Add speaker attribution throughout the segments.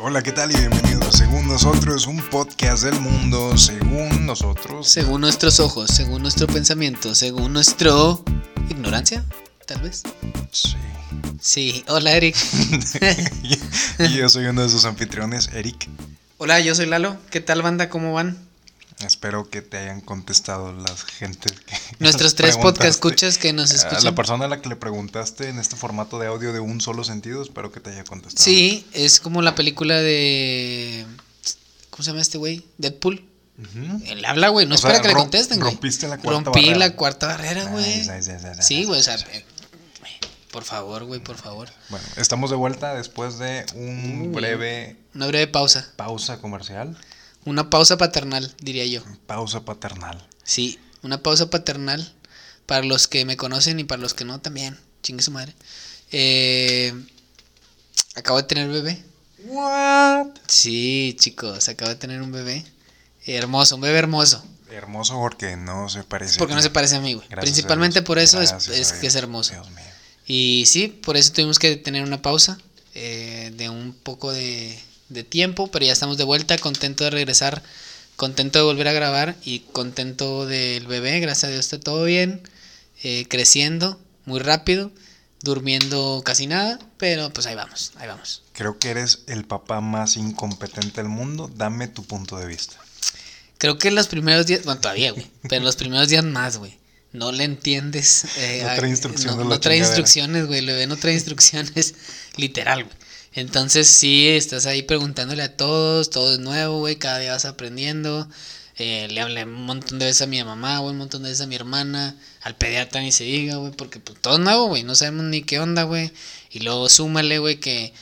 Speaker 1: Hola, ¿qué tal? Y bienvenidos según nosotros, un podcast del mundo, según nosotros.
Speaker 2: Según nuestros ojos, según nuestro pensamiento, según nuestro ignorancia, tal vez.
Speaker 1: Sí.
Speaker 2: Sí, hola Eric.
Speaker 1: y, y yo soy uno de sus anfitriones, Eric.
Speaker 2: hola, yo soy Lalo. ¿Qué tal banda? ¿Cómo van?
Speaker 1: Espero que te hayan contestado las gentes que
Speaker 2: Nuestros
Speaker 1: nos
Speaker 2: tres podcast
Speaker 1: preguntaste.
Speaker 2: escuchas que nos
Speaker 1: A la
Speaker 2: escuchan.
Speaker 1: persona a la que le preguntaste en este formato de audio de un solo sentido, espero que te haya contestado.
Speaker 2: Sí, es como la película de... ¿Cómo se llama este güey? Deadpool.
Speaker 1: Ujú.
Speaker 2: Él habla, güey. No
Speaker 1: O sea,
Speaker 2: espera que le
Speaker 1: rom-
Speaker 2: contesten, güey.
Speaker 1: Rompiste la cuarta
Speaker 2: Rompí
Speaker 1: barrera. Ah,
Speaker 2: la cuarta barrera, güey.
Speaker 1: Ay, ay, ay, ay, ay,
Speaker 2: Sí,
Speaker 1: ay.
Speaker 2: güey. O sea, eh, güey, por favor, güey, por favor.
Speaker 1: Bueno, estamos de vuelta después de un
Speaker 2: Uy.
Speaker 1: breve
Speaker 2: Una breve pausa.
Speaker 1: pausa comercial,
Speaker 2: Una pausa paternal, diría yo.
Speaker 1: pausa paternal.
Speaker 2: Sí, una pausa paternal para los que me conocen y para los que no también. Chingue su madre. Eh, acabo de tener bebé.
Speaker 1: What?
Speaker 2: Sí, chicos, acabo de tener un bebé. Hermoso, un bebé hermoso.
Speaker 1: Hermoso porque no se parece.
Speaker 2: Es porque no se parece a mí, güey. Principalmente por eso es, es que es hermoso. Y sí, por eso tuvimos que tener una pausa eh, de un poco de, de tiempo, pero ya estamos de vuelta, contento de regresar, contento de volver a grabar y contento del bebé, gracias a Dios está todo bien, eh, creciendo muy rápido, durmiendo casi nada, pero pues ahí vamos, ahí vamos.
Speaker 1: Creo que eres el papá más incompetente del mundo. Dame tu punto de vista.
Speaker 2: Creo que los primeros días, bueno todavía, güey, pero los primeros días más, güey. No le entiendes. eh,
Speaker 1: No
Speaker 2: a-
Speaker 1: trae instrucción
Speaker 2: No,
Speaker 1: de la
Speaker 2: no trae
Speaker 1: chingadera.
Speaker 2: instrucciones, güey. El bebé no trae instrucciones. Literal, güey. Entonces, sí, estás ahí preguntándole a todos. Todo es nuevo, güey. Cada día vas aprendiendo. Eh, le hablé un montón de veces a mi mamá, güey. Un montón de veces a mi hermana. Al pediatra ni se diga, güey. Porque pues, todo es nuevo, güey. No sabemos ni qué onda, güey. Y luego súmale, güey, que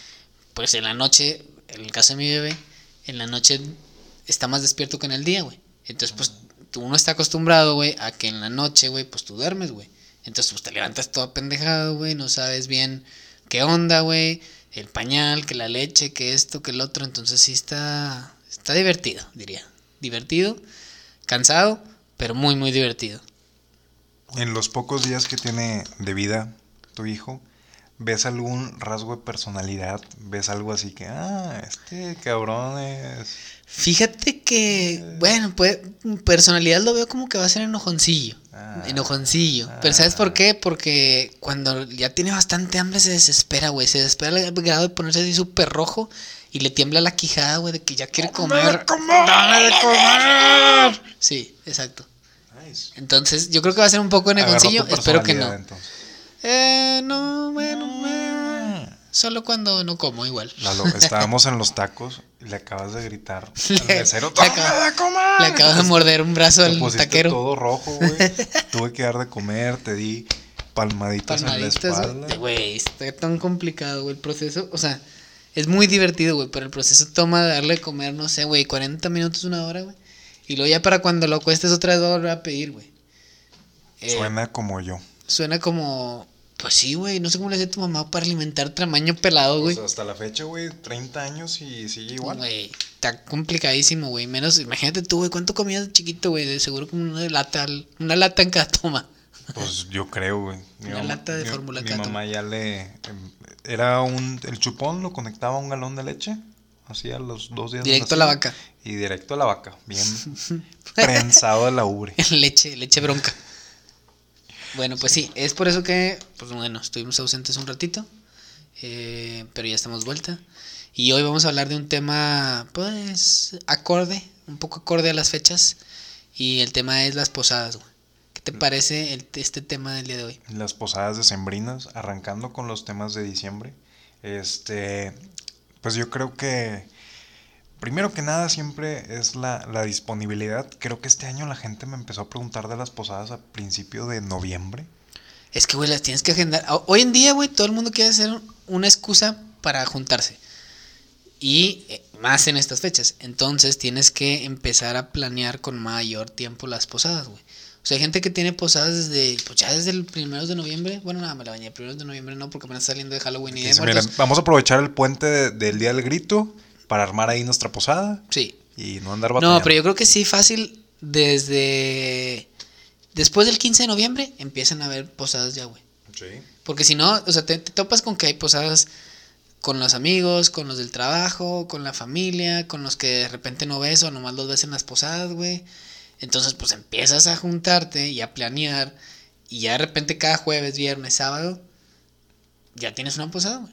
Speaker 2: pues en la noche, en el caso de mi bebé, en la noche está más despierto que en el día, güey. Entonces, pues, tú- uno está acostumbrado, güey, a que en la noche, güey, pues tú duermes, güey. Entonces, pues te levantas todo pendejado, güey, no sabes bien qué onda, güey, el pañal, que la leche, que esto, que el otro. Entonces, sí está, está divertido, diría. Divertido, cansado, pero muy, muy divertido.
Speaker 1: En los pocos días que tiene de vida tu hijo, ¿ves algún rasgo de personalidad? ¿Ves algo así que, ah, este cabrón es.
Speaker 2: Fíjate que,
Speaker 1: Eh.
Speaker 2: bueno, pues personalidad lo veo como que va a ser enojoncillo.
Speaker 1: Ah.
Speaker 2: enojoncillo. Pero ¿sabes por qué? Porque cuando ya tiene bastante hambre se desespera, güey. Se desespera al grado de ponerse así súper rojo y le tiembla la quijada, güey, de que ya quiere comer.
Speaker 1: ¡Dame de comer!
Speaker 2: Sí, exacto.
Speaker 1: Nice.
Speaker 2: Entonces, yo creo que va a ser un poco
Speaker 1: Agarró tu
Speaker 2: enojoncillo. Espero que
Speaker 1: personalidad,
Speaker 2: no.
Speaker 1: entonces.
Speaker 2: Eh, no, bueno, eh, solo cuando no como igual.
Speaker 1: Lalo, estábamos en los tacos y le acabas de gritar al
Speaker 2: Le-
Speaker 1: mesero,
Speaker 2: le
Speaker 1: "Dame
Speaker 2: acaba-
Speaker 1: de comer!
Speaker 2: Le acabo de morder un brazo
Speaker 1: Pues, Te
Speaker 2: al
Speaker 1: pusiste
Speaker 2: taquero.
Speaker 1: todo rojo, güey. Tuve que dar de comer, te di palmaditas, Pues en la
Speaker 2: palmaditas,
Speaker 1: espalda.
Speaker 2: güey. Eh, Güey, está tan complicado, güey, el proceso. O sea, es muy divertido, güey, pero el proceso toma darle de comer, no sé, güey, 40 minutos, una hora, güey. Y luego ya para cuando lo acuestes otra vez va a volver a pedir, güey. Eh,
Speaker 1: Suena como yo.
Speaker 2: suena como... Pues sí, güey, no sé cómo le hace tu mamá para alimentar tamaño pelado, güey.
Speaker 1: Pues hasta la fecha, güey, 30 años y sigue igual.
Speaker 2: Güey, está complicadísimo, güey. Menos, imagínate tú, güey, cuánto comías de chiquito, güey. De seguro como una lata, al- una lata en cada toma.
Speaker 1: Pues yo creo, güey. Mi
Speaker 2: Una lata de Fórmula
Speaker 1: Mi, mi
Speaker 2: Cato.
Speaker 1: mamá ya le. em, Era un. El chupón lo conectaba a un galón de leche. Hacía los dos días. de
Speaker 2: Directo a la
Speaker 1: nacido,
Speaker 2: vaca.
Speaker 1: Y directo a la vaca. Bien. prensado de la ubre.
Speaker 2: leche, leche bronca. Bueno, pues sí, es por eso que, pues bueno, estuvimos ausentes un ratito, eh, pero ya estamos vuelta. Y hoy vamos a hablar de un tema, pues, acorde, un poco acorde a las fechas. Y el tema es las posadas, güey. ¿Qué te parece el- este tema del día de hoy?
Speaker 1: las posadas decembrinas, arrancando con los temas de diciembre. Este, pues yo creo que primero que nada siempre es la, la disponibilidad. Creo que este año la gente me empezó a preguntar de las posadas a principio de noviembre.
Speaker 2: Es que, güey, las tienes que agendar. Ho- Hoy en día, güey, todo el mundo quiere hacer un- una excusa para juntarse. Y eh, más en estas fechas. Entonces tienes que empezar a planear con mayor tiempo las posadas, güey. O sea, hay gente que tiene posadas desde, pues ya desde el primero de noviembre. Bueno, nada, me la bañé el primero de noviembre, no, porque apenas saliendo de Halloween y
Speaker 1: Que
Speaker 2: de
Speaker 1: dice, "Miren,
Speaker 2: muertos.
Speaker 1: vamos a aprovechar el puente de- del Día del Grito para armar ahí nuestra posada
Speaker 2: Sí.
Speaker 1: y no andar batallando.
Speaker 2: No, pero yo creo que sí, fácil, desde... Después del 15 de noviembre empiezan a haber posadas ya, güey.
Speaker 1: Sí.
Speaker 2: Porque si no, o sea, te, te topas con que hay posadas con los amigos, con los del trabajo, con la familia, con los que de repente no ves o nomás los ves en las posadas, güey. Entonces, pues empiezas a juntarte y a planear y ya de repente cada jueves, viernes, sábado, ya tienes una posada, güey.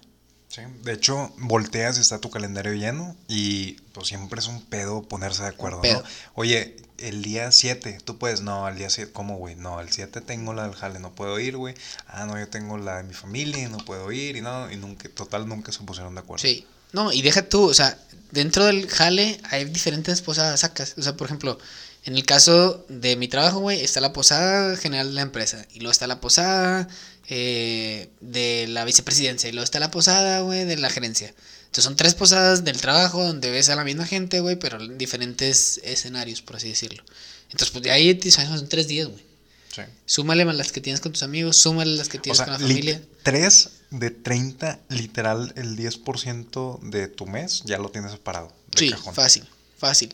Speaker 1: Sí, de hecho, volteas y está tu calendario lleno y pues siempre es un pedo ponerse de acuerdo,
Speaker 2: pedo.
Speaker 1: ¿no? Oye, el día 7, tú puedes, no, el día 7, ¿cómo, güey? No, el 7 tengo la del jale, no puedo ir, güey. Ah, no, yo tengo la de mi familia y no puedo ir y no, y nunca, total, nunca se pusieron de acuerdo.
Speaker 2: Sí. No, y deja tú, o sea, dentro del jale hay diferentes posadas sacas. O sea, por ejemplo, en el caso de mi trabajo, güey, está la posada general de la empresa. Y luego está la posada eh, de la vicepresidencia. Y luego está la posada, güey, de la gerencia. Entonces son tres posadas del trabajo donde ves a la misma gente, güey, pero en diferentes escenarios, por así decirlo. Entonces, pues de ahí te- son tres días, güey.
Speaker 1: Sí.
Speaker 2: Súmale más las que tienes con tus amigos, súmale las que
Speaker 1: O
Speaker 2: tienes
Speaker 1: sea,
Speaker 2: con la familia.
Speaker 1: 3 de 30, literal, el 10% de tu mes ya lo tienes separado. De
Speaker 2: Sí,
Speaker 1: cajón.
Speaker 2: fácil, fácil,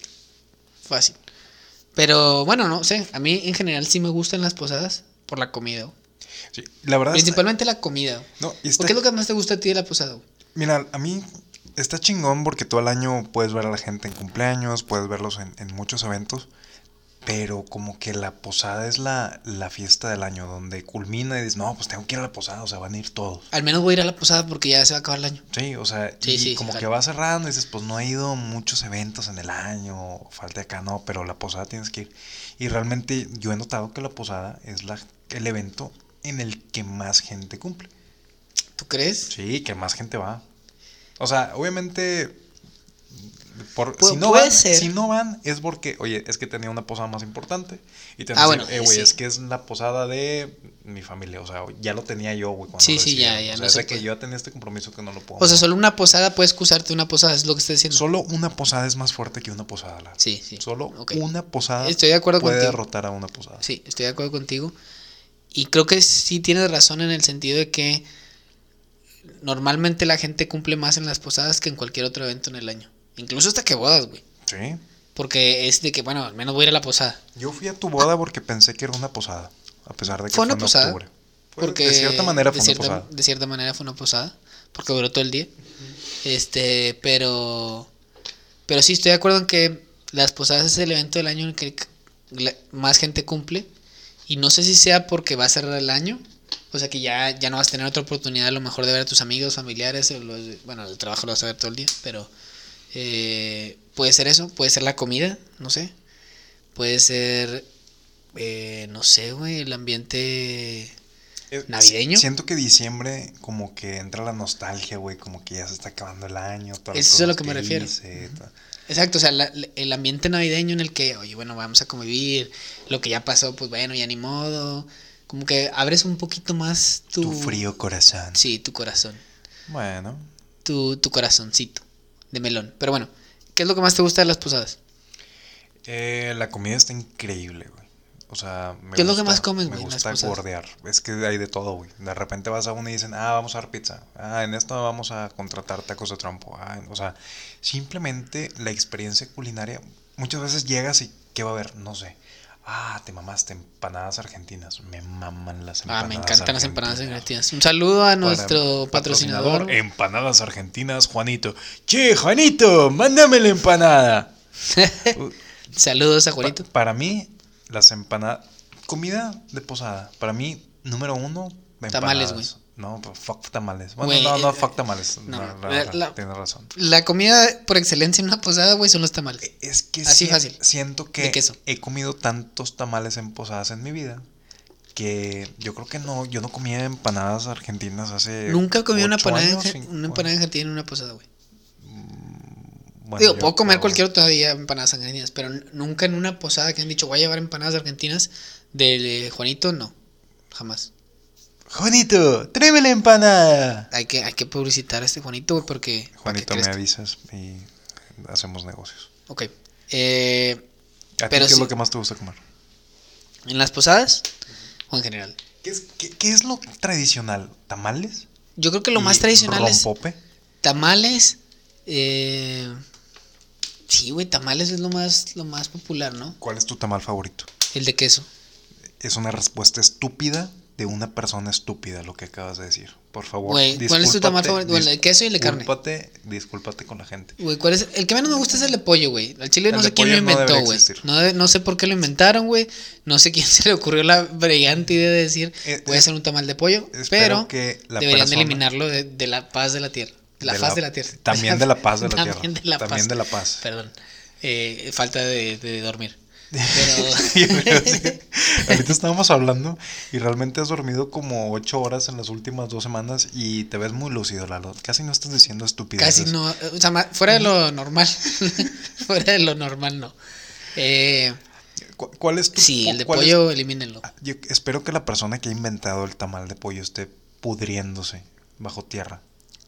Speaker 2: fácil. Pero bueno, no sé, a mí en general sí me gustan las posadas por la comida. güey.
Speaker 1: Sí, La verdad.
Speaker 2: Principalmente la comida. güey.
Speaker 1: No, y
Speaker 2: ¿O
Speaker 1: Ah, está-
Speaker 2: qué es lo que más te gusta a ti de la posada? güey?
Speaker 1: Mira, a mí está chingón porque todo el año puedes ver a la gente en cumpleaños, puedes verlos en, en muchos eventos, pero como que la posada es la, la fiesta del año, donde culmina y dices, no, pues tengo que ir a la posada, o sea, van a ir todos.
Speaker 2: Al menos voy a ir a la posada porque ya se va a acabar el año.
Speaker 1: Sí, o sea,
Speaker 2: Sí,
Speaker 1: y
Speaker 2: sí,
Speaker 1: como
Speaker 2: sí,
Speaker 1: que
Speaker 2: jalo.
Speaker 1: va cerrando y dices, pues no he ido a muchos eventos en el año, falta acá, no, pero la posada tienes que ir. Y realmente yo he notado que la posada es la, el evento en el que más gente cumple.
Speaker 2: ¿Tú crees?
Speaker 1: Sí, que más gente va. O sea, obviamente. Por,
Speaker 2: Pu-
Speaker 1: si, no
Speaker 2: puede
Speaker 1: van,
Speaker 2: ser.
Speaker 1: si no van, es porque, oye, es que tenía una posada más importante. Y te
Speaker 2: Ah,
Speaker 1: ah,
Speaker 2: bueno,
Speaker 1: eh, güey,
Speaker 2: sí.
Speaker 1: es que es la posada de mi familia. O sea, ya lo tenía yo, güey. cuando
Speaker 2: Sí,
Speaker 1: lo
Speaker 2: sí, ya,
Speaker 1: decidieron.
Speaker 2: ya,
Speaker 1: O sea,
Speaker 2: no
Speaker 1: es
Speaker 2: se
Speaker 1: de que
Speaker 2: puede.
Speaker 1: yo tenía este compromiso que no lo puedo.
Speaker 2: O sea, solo una posada puedes excusarte de una posada, es lo que estoy diciendo.
Speaker 1: solo una posada es más fuerte que una posada, Lara.
Speaker 2: sí, sí.
Speaker 1: Solo
Speaker 2: ok.
Speaker 1: una posada
Speaker 2: Estoy de acuerdo
Speaker 1: puede
Speaker 2: contigo.
Speaker 1: derrotar a una posada.
Speaker 2: Sí, estoy de acuerdo contigo. Y creo que sí tienes razón en el sentido de que normalmente la gente cumple más en las posadas que en cualquier otro evento en el año. Incluso hasta que bodas, güey.
Speaker 1: Sí.
Speaker 2: Porque es de que, bueno, al menos voy a ir a la posada.
Speaker 1: Yo fui a tu boda porque pensé que era una posada. A pesar de que
Speaker 2: Fue
Speaker 1: fue,
Speaker 2: una
Speaker 1: en
Speaker 2: posada,
Speaker 1: octubre. Fue-
Speaker 2: Porque
Speaker 1: Pues, de cierta manera
Speaker 2: de
Speaker 1: fue
Speaker 2: cierta-
Speaker 1: una posada.
Speaker 2: de cierta manera fue una posada. Porque duró todo el día. Este, pero. Pero sí, estoy de acuerdo en que las posadas es el evento del año en el que la- más gente cumple. Y no sé si sea porque va a cerrar el año. O sea que ya, ya no vas a tener otra oportunidad a lo mejor de ver a tus amigos, familiares. o los- bueno, el trabajo lo vas a ver todo el día. Pero eh, puede ser eso. Puede ser la comida. No sé. Puede ser. eh, no sé, güey. El ambiente.
Speaker 1: Eh,
Speaker 2: ¿Navideño?
Speaker 1: si- Siento que diciembre como que entra la nostalgia, güey, como que ya se está acabando el año. todas las
Speaker 2: Eso es a lo
Speaker 1: cosas
Speaker 2: que me refiero.
Speaker 1: hice, ta-
Speaker 2: Exacto, o sea, la- la- el ambiente navideño en el que, oye, bueno, vamos a convivir, lo que ya pasó, pues bueno, ya ni modo. Como que abres un poquito más tu.
Speaker 1: Tu frío corazón.
Speaker 2: Sí, tu corazón.
Speaker 1: Bueno,
Speaker 2: Tu, tu corazoncito de melón. Pero bueno, ¿qué es lo que más te gusta de las posadas?
Speaker 1: eh, la comida está increíble, güey. O sea, me
Speaker 2: ¿Qué es lo que
Speaker 1: gusta-
Speaker 2: más comes,
Speaker 1: Me
Speaker 2: güey, en las
Speaker 1: gusta
Speaker 2: posadas?
Speaker 1: gordear. Es que hay de todo, güey. De repente vas a una y dicen, ah, vamos a dar pizza. Ah, en esto vamos a contratar tacos de trompo. Ah, o sea, simplemente la experiencia culinaria. Muchas veces llegas y, ¿qué va a haber? No sé. Ah, te mamaste empanadas argentinas. Me maman las
Speaker 2: Ah,
Speaker 1: empanadas.
Speaker 2: me encantan las empanadas
Speaker 1: argentinas.
Speaker 2: argentinas. Un saludo a
Speaker 1: para eh.
Speaker 2: nuestro
Speaker 1: mi
Speaker 2: patrocinador.
Speaker 1: Empanadas Argentinas, Juanito. Che, Juanito, mándame la empanada. Uh,
Speaker 2: Saludos a
Speaker 1: pa-
Speaker 2: Juanito.
Speaker 1: para mí, las empanadas. Comida de posada. Para mí, número uno, de
Speaker 2: Tamales,
Speaker 1: empanadas. No, pues, fuck tamales. Bueno,
Speaker 2: Güey,
Speaker 1: no, no,
Speaker 2: eh,
Speaker 1: fuck tamales.
Speaker 2: no,
Speaker 1: No, no,
Speaker 2: la-
Speaker 1: no,
Speaker 2: la-
Speaker 1: tienes razón.
Speaker 2: La comida por excelencia en una posada, güey, son los tamales.
Speaker 1: Es que
Speaker 2: Así
Speaker 1: sien-
Speaker 2: fácil.
Speaker 1: siento que
Speaker 2: De queso.
Speaker 1: he comido tantos tamales en posadas en mi vida que yo creo que no, yo no comía empanadas argentinas hace.
Speaker 2: Nunca comí
Speaker 1: Eh,
Speaker 2: una
Speaker 1: ocho
Speaker 2: empanada, en
Speaker 1: años,
Speaker 2: ja-
Speaker 1: cinco
Speaker 2: una empanada argentina en una posada, güey.
Speaker 1: Bueno,
Speaker 2: Digo,
Speaker 1: yo
Speaker 2: puedo comer
Speaker 1: creo-
Speaker 2: cualquier otro día empanadas argentinas, pero n- nunca en una posada que han dicho voy a llevar empanadas argentinas de Juanito, no, jamás.
Speaker 1: Juanito, tráeme la empanada.
Speaker 2: Hay que, hay que publicitar a este Juanito, güey, porque... para que
Speaker 1: Juanito, me
Speaker 2: crezca.
Speaker 1: avisas y hacemos negocios.
Speaker 2: Ok. Eh,
Speaker 1: ¿A ti
Speaker 2: Pero
Speaker 1: qué es
Speaker 2: sí.
Speaker 1: lo que más te gusta comer?
Speaker 2: ¿En las posadas o en general?
Speaker 1: ¿Qué es, qué- qué es lo tradicional? ¿Tamales?
Speaker 2: Yo creo que lo
Speaker 1: ¿Y
Speaker 2: más tradicional es
Speaker 1: ¿Rompope?
Speaker 2: tamales. eh, Sí, güey, tamales es lo más, lo más popular, ¿no?
Speaker 1: ¿Cuál es tu tamal favorito?
Speaker 2: El de queso.
Speaker 1: Es una respuesta estúpida, de una persona estúpida lo que acabas de decir. Por favor,
Speaker 2: Güey, ¿cuál es tu tamal favorito? Bueno, el queso y el de carne.
Speaker 1: Discúlpate, discúlpate con la gente.
Speaker 2: Güey, ¿cuál es? El que menos me gusta es el de pollo, güey. Al chile
Speaker 1: El
Speaker 2: no
Speaker 1: de
Speaker 2: sé quién lo
Speaker 1: pollo no
Speaker 2: inventó,
Speaker 1: debería
Speaker 2: güey.
Speaker 1: existir.
Speaker 2: No, de- no sé por qué lo inventaron, güey. No sé quién se le ocurrió la brillante idea de decir,
Speaker 1: Eh,
Speaker 2: voy a
Speaker 1: eh,
Speaker 2: hacer un tamal de pollo,
Speaker 1: Espero
Speaker 2: pero
Speaker 1: que la
Speaker 2: deberían de
Speaker 1: persona-
Speaker 2: eliminarlo de, de la paz de la tierra. De la
Speaker 1: de
Speaker 2: faz de la tierra.
Speaker 1: También de la paz de la
Speaker 2: También
Speaker 1: tierra.
Speaker 2: de la
Speaker 1: también
Speaker 2: paz.
Speaker 1: de la paz.
Speaker 2: Perdón. Eh, falta de, de dormir. Pero...
Speaker 1: Yo creo que sí. Ahorita estábamos hablando y realmente has dormido como ocho horas en las últimas dos semanas y te ves muy lúcido, Lalo. Casi no estás diciendo estupideces.
Speaker 2: Casi no, o sea, ma- fuera de lo normal, fuera de lo normal no. Eh,
Speaker 1: ¿Cu- ¿Cuál es tu
Speaker 2: sí,
Speaker 1: cu-
Speaker 2: el de
Speaker 1: cuál es-
Speaker 2: pollo, elimínenlo.
Speaker 1: Ah, yo espero que la persona que ha inventado el tamal de pollo esté pudriéndose bajo tierra.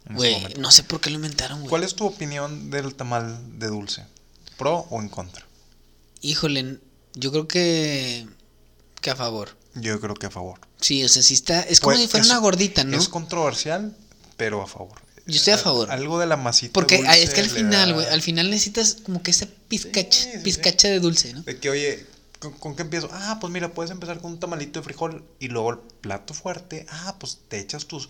Speaker 1: en este
Speaker 2: Güey,
Speaker 1: momento.
Speaker 2: no sé por qué lo inventaron, güey.
Speaker 1: ¿Cuál es tu opinión del tamal de dulce? ¿Pro o en contra?
Speaker 2: Híjole, yo creo que, que a favor.
Speaker 1: Yo creo que a favor.
Speaker 2: Sí, o sea, sí está, es como
Speaker 1: Pues,
Speaker 2: si fuera
Speaker 1: es-
Speaker 2: una gordita, ¿no?
Speaker 1: Es controversial, pero a favor.
Speaker 2: Yo estoy a
Speaker 1: Al-
Speaker 2: favor.
Speaker 1: Algo de la masita.
Speaker 2: Porque ah, es
Speaker 1: dulce
Speaker 2: que al
Speaker 1: le
Speaker 2: final,
Speaker 1: da-
Speaker 2: güey, al final necesitas como que esa pizcacha,
Speaker 1: Sí, sí, sí.
Speaker 2: pizcacha de dulce, ¿no?
Speaker 1: De que, oye, ¿con, con qué empiezo? Ah, pues mira, puedes empezar con un tamalito de frijol y luego el plato fuerte. Ah, pues te echas tus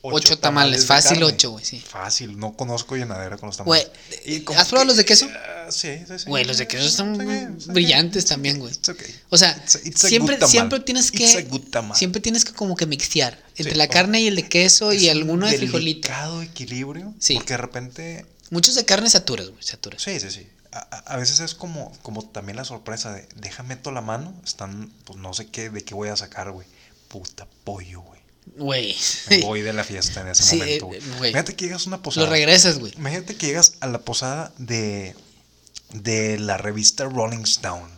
Speaker 1: ocho,
Speaker 2: Ocho tamales, fácil
Speaker 1: carne.
Speaker 2: ocho, güey, sí.
Speaker 1: Fácil, no conozco llenadera con los tamales.
Speaker 2: Güey,
Speaker 1: Y como
Speaker 2: ¿has probado
Speaker 1: que-
Speaker 2: los de queso?
Speaker 1: Ah, sí, sí, sí.
Speaker 2: Güey, los de queso están
Speaker 1: Está bien, está
Speaker 2: brillantes
Speaker 1: bien.
Speaker 2: también, güey.
Speaker 1: It's okay.
Speaker 2: O sea,
Speaker 1: It's a- it's a
Speaker 2: siempre,
Speaker 1: good tamal.
Speaker 2: siempre tienes que.
Speaker 1: It's a good tamal.
Speaker 2: Siempre tienes que como que mixtear. Entre
Speaker 1: Sí,
Speaker 2: la
Speaker 1: o sea,
Speaker 2: carne y el de queso y
Speaker 1: Es un
Speaker 2: alguno de frijolito.
Speaker 1: delicado equilibrio.
Speaker 2: Sí.
Speaker 1: Porque de repente
Speaker 2: Muchos de carne saturas, güey. Saturas.
Speaker 1: Sí, sí, sí. A, a- a veces es como, como también la sorpresa de déjame toda la mano. Están, pues no sé qué, de qué voy a sacar, güey. Puta pollo, güey.
Speaker 2: Güey.
Speaker 1: Me voy de la fiesta en ese
Speaker 2: Sí,
Speaker 1: momento, güey.
Speaker 2: eh, güey.
Speaker 1: Imagínate que llegas a una
Speaker 2: Lo
Speaker 1: posada.
Speaker 2: regresas, güey.
Speaker 1: Imagínate que llegas a la posada de, de la revista Rolling Stone.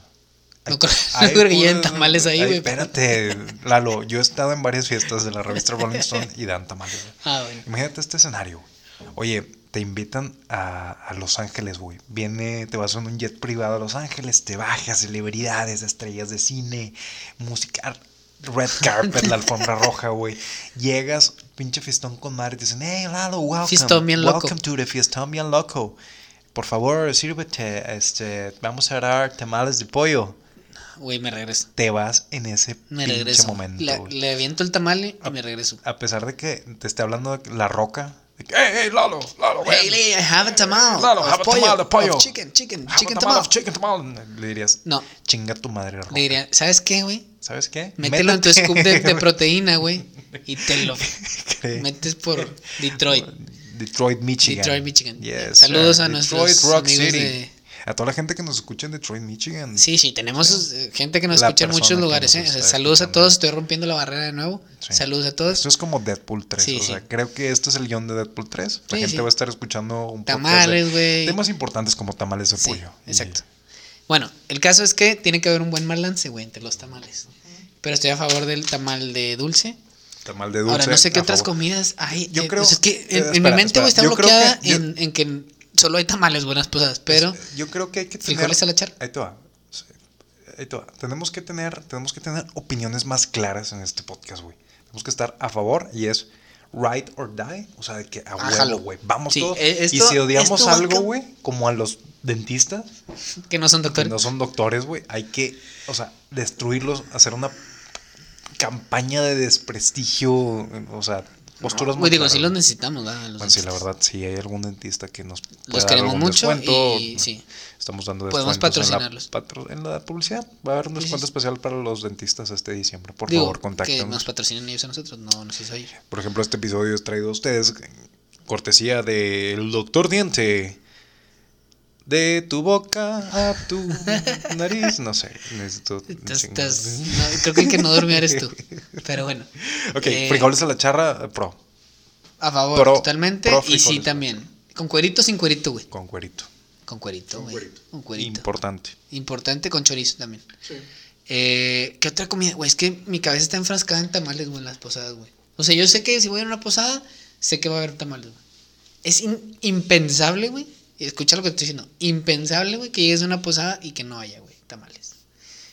Speaker 2: No
Speaker 1: Ay,
Speaker 2: creo-
Speaker 1: ay,
Speaker 2: no creo que
Speaker 1: pura-
Speaker 2: lleguen tamales ahí,
Speaker 1: ay,
Speaker 2: güey, pero-
Speaker 1: Espérate, Lalo. Yo he estado en varias fiestas de la revista Rolling Stone y dan tamales, güey.
Speaker 2: Ah, bueno.
Speaker 1: Imagínate este escenario. güey. Oye, te invitan a, a Los Ángeles, güey. Viene, te vas en un jet privado a Los Ángeles, te bajas, celebridades, estrellas de cine, música, ar- red carpet, la alfombra roja, güey. Llegas, pinche fiestón con madre, te dicen, hey, Lalo, welcome.
Speaker 2: Fiestón bien loco."
Speaker 1: Welcome to the fiestón bien loco. Por favor, sírvete, este, vamos a dar tamales de pollo.
Speaker 2: Güey, me regreso.
Speaker 1: Te vas en ese
Speaker 2: Me
Speaker 1: pinche
Speaker 2: regreso.
Speaker 1: momento,
Speaker 2: La-
Speaker 1: güey. Ah.
Speaker 2: le aviento el tamale y me regreso.
Speaker 1: A pesar de que te esté hablando de la roca, de que, hey, hey, Lalo, Lalo, ven.
Speaker 2: Hey, Lee, I have a tamal.
Speaker 1: Claro,
Speaker 2: of
Speaker 1: have a
Speaker 2: pollo,
Speaker 1: tamal de pollo.
Speaker 2: of chicken, chicken,
Speaker 1: Have a
Speaker 2: chicken
Speaker 1: tamal
Speaker 2: tamal.
Speaker 1: of chicken tamal. Le dirías,
Speaker 2: No,
Speaker 1: chinga tu madre, Roca.
Speaker 2: le diría, ¿sabes qué, güey?
Speaker 1: ¿Sabes qué?
Speaker 2: Mételo en tu
Speaker 1: Métete.
Speaker 2: scoop de, de proteína, güey. Y te lo
Speaker 1: Cree-
Speaker 2: metes por Detroit.
Speaker 1: Detroit, Michigan.
Speaker 2: Detroit, Michigan.
Speaker 1: Yes,
Speaker 2: Saludos
Speaker 1: sir.
Speaker 2: a
Speaker 1: Detroit,
Speaker 2: nuestros
Speaker 1: Rock
Speaker 2: amigos
Speaker 1: City.
Speaker 2: de-
Speaker 1: A toda la gente que nos escucha en Detroit, Michigan.
Speaker 2: Sí, sí, tenemos eh, gente que nos
Speaker 1: La
Speaker 2: escucha en muchos
Speaker 1: persona que
Speaker 2: lugares.
Speaker 1: nos
Speaker 2: ¿eh? O sea,
Speaker 1: está
Speaker 2: saludos a
Speaker 1: escuchando.
Speaker 2: todos, estoy rompiendo la barrera de nuevo.
Speaker 1: Sí.
Speaker 2: Saludos a todos.
Speaker 1: Esto es como Deadpool 3.
Speaker 2: Sí,
Speaker 1: o sea,
Speaker 2: sí.
Speaker 1: creo que este es el guión de Deadpool 3. La
Speaker 2: Sí,
Speaker 1: gente
Speaker 2: sí.
Speaker 1: va a estar escuchando un podcast
Speaker 2: Tamales,
Speaker 1: de
Speaker 2: güey.
Speaker 1: Temas importantes como tamales de
Speaker 2: Sí,
Speaker 1: pollo. Y-
Speaker 2: exacto. Bueno, el caso es que tiene que haber un buen balance, güey, entre los tamales. Pero estoy a favor del tamal de dulce.
Speaker 1: Tamal de dulce.
Speaker 2: Ahora, no sé qué
Speaker 1: a
Speaker 2: otras
Speaker 1: favor.
Speaker 2: comidas hay.
Speaker 1: Yo
Speaker 2: eh,
Speaker 1: creo-
Speaker 2: pues es que en,
Speaker 1: eh,
Speaker 2: en mi
Speaker 1: espera,
Speaker 2: mente, güey, está
Speaker 1: espera. Yo creo
Speaker 2: bloqueada
Speaker 1: que- yo-
Speaker 2: en, en que solo hay tamales buenas posadas. Pero,
Speaker 1: yo creo que hay que tener
Speaker 2: frijoles a la charra.
Speaker 1: Ahí te va. Sí. Ahí te va. Tenemos que tener tenemos que tener opiniones más claras en este podcast, güey. Tenemos que estar a favor y es right or die, o sea, de que a
Speaker 2: Ájalo.
Speaker 1: huevo, güey. Vamos
Speaker 2: Sí,
Speaker 1: todos.
Speaker 2: e-
Speaker 1: y
Speaker 2: esto-
Speaker 1: si odiamos
Speaker 2: esto va a
Speaker 1: algo,
Speaker 2: cam-
Speaker 1: güey, como a los dentistas,
Speaker 2: que no son
Speaker 1: que
Speaker 2: doctores.
Speaker 1: no son doctores, güey, hay que, o sea, destruirlos, hacer una campaña de desprestigio, o sea, posturas
Speaker 2: Güey, digo,
Speaker 1: claras,
Speaker 2: sí los
Speaker 1: güey.
Speaker 2: necesitamos, ¿verdad? Los
Speaker 1: Bueno, Pues sí, la
Speaker 2: dentistas.
Speaker 1: verdad, si hay algún dentista que nos
Speaker 2: Los
Speaker 1: pueda dar
Speaker 2: queremos
Speaker 1: algún
Speaker 2: mucho
Speaker 1: descuento,
Speaker 2: y sí.
Speaker 1: Estamos dando
Speaker 2: Podemos
Speaker 1: descuentos en la
Speaker 2: patrocinarlos.
Speaker 1: patro- En la, publicidad va a haber un
Speaker 2: Sí, sí,
Speaker 1: descuento
Speaker 2: sí.
Speaker 1: especial para los dentistas este diciembre. Por
Speaker 2: Digo,
Speaker 1: favor,
Speaker 2: Que nos
Speaker 1: contáctenos.
Speaker 2: patrocinen ellos a nosotros, no nos hizo ellos.
Speaker 1: Por ejemplo, este episodio es traído a ustedes eh, cortesía del doctor Diente. De tu boca a tu nariz, no sé. Necesito un
Speaker 2: Estás-
Speaker 1: chingo.
Speaker 2: estás- no, creo que el que no durmió eres tú. Pero bueno.
Speaker 1: Ok,
Speaker 2: eh,
Speaker 1: frijoles a la charra, eh, pro,
Speaker 2: A favor,
Speaker 1: pro-
Speaker 2: totalmente.
Speaker 1: pro
Speaker 2: y
Speaker 1: frijoles,
Speaker 2: sí,
Speaker 1: güey.
Speaker 2: también. Con cuerito, o sin cuerito, güey.
Speaker 1: con cuerito.
Speaker 2: Con cuerito, güey. Con cuerito.
Speaker 1: Importante.
Speaker 2: Importante con chorizo también. Eh, ¿Qué otra comida? Güey, es que mi cabeza está enfrascada en tamales, güey, en las posadas, güey. O sea, yo sé que si voy a una posada, sé que va a haber tamales, güey. Es in- impensable, güey. y Escucha lo que te estoy diciendo. Impensable, güey, que llegues a una posada y que no haya, güey, tamales.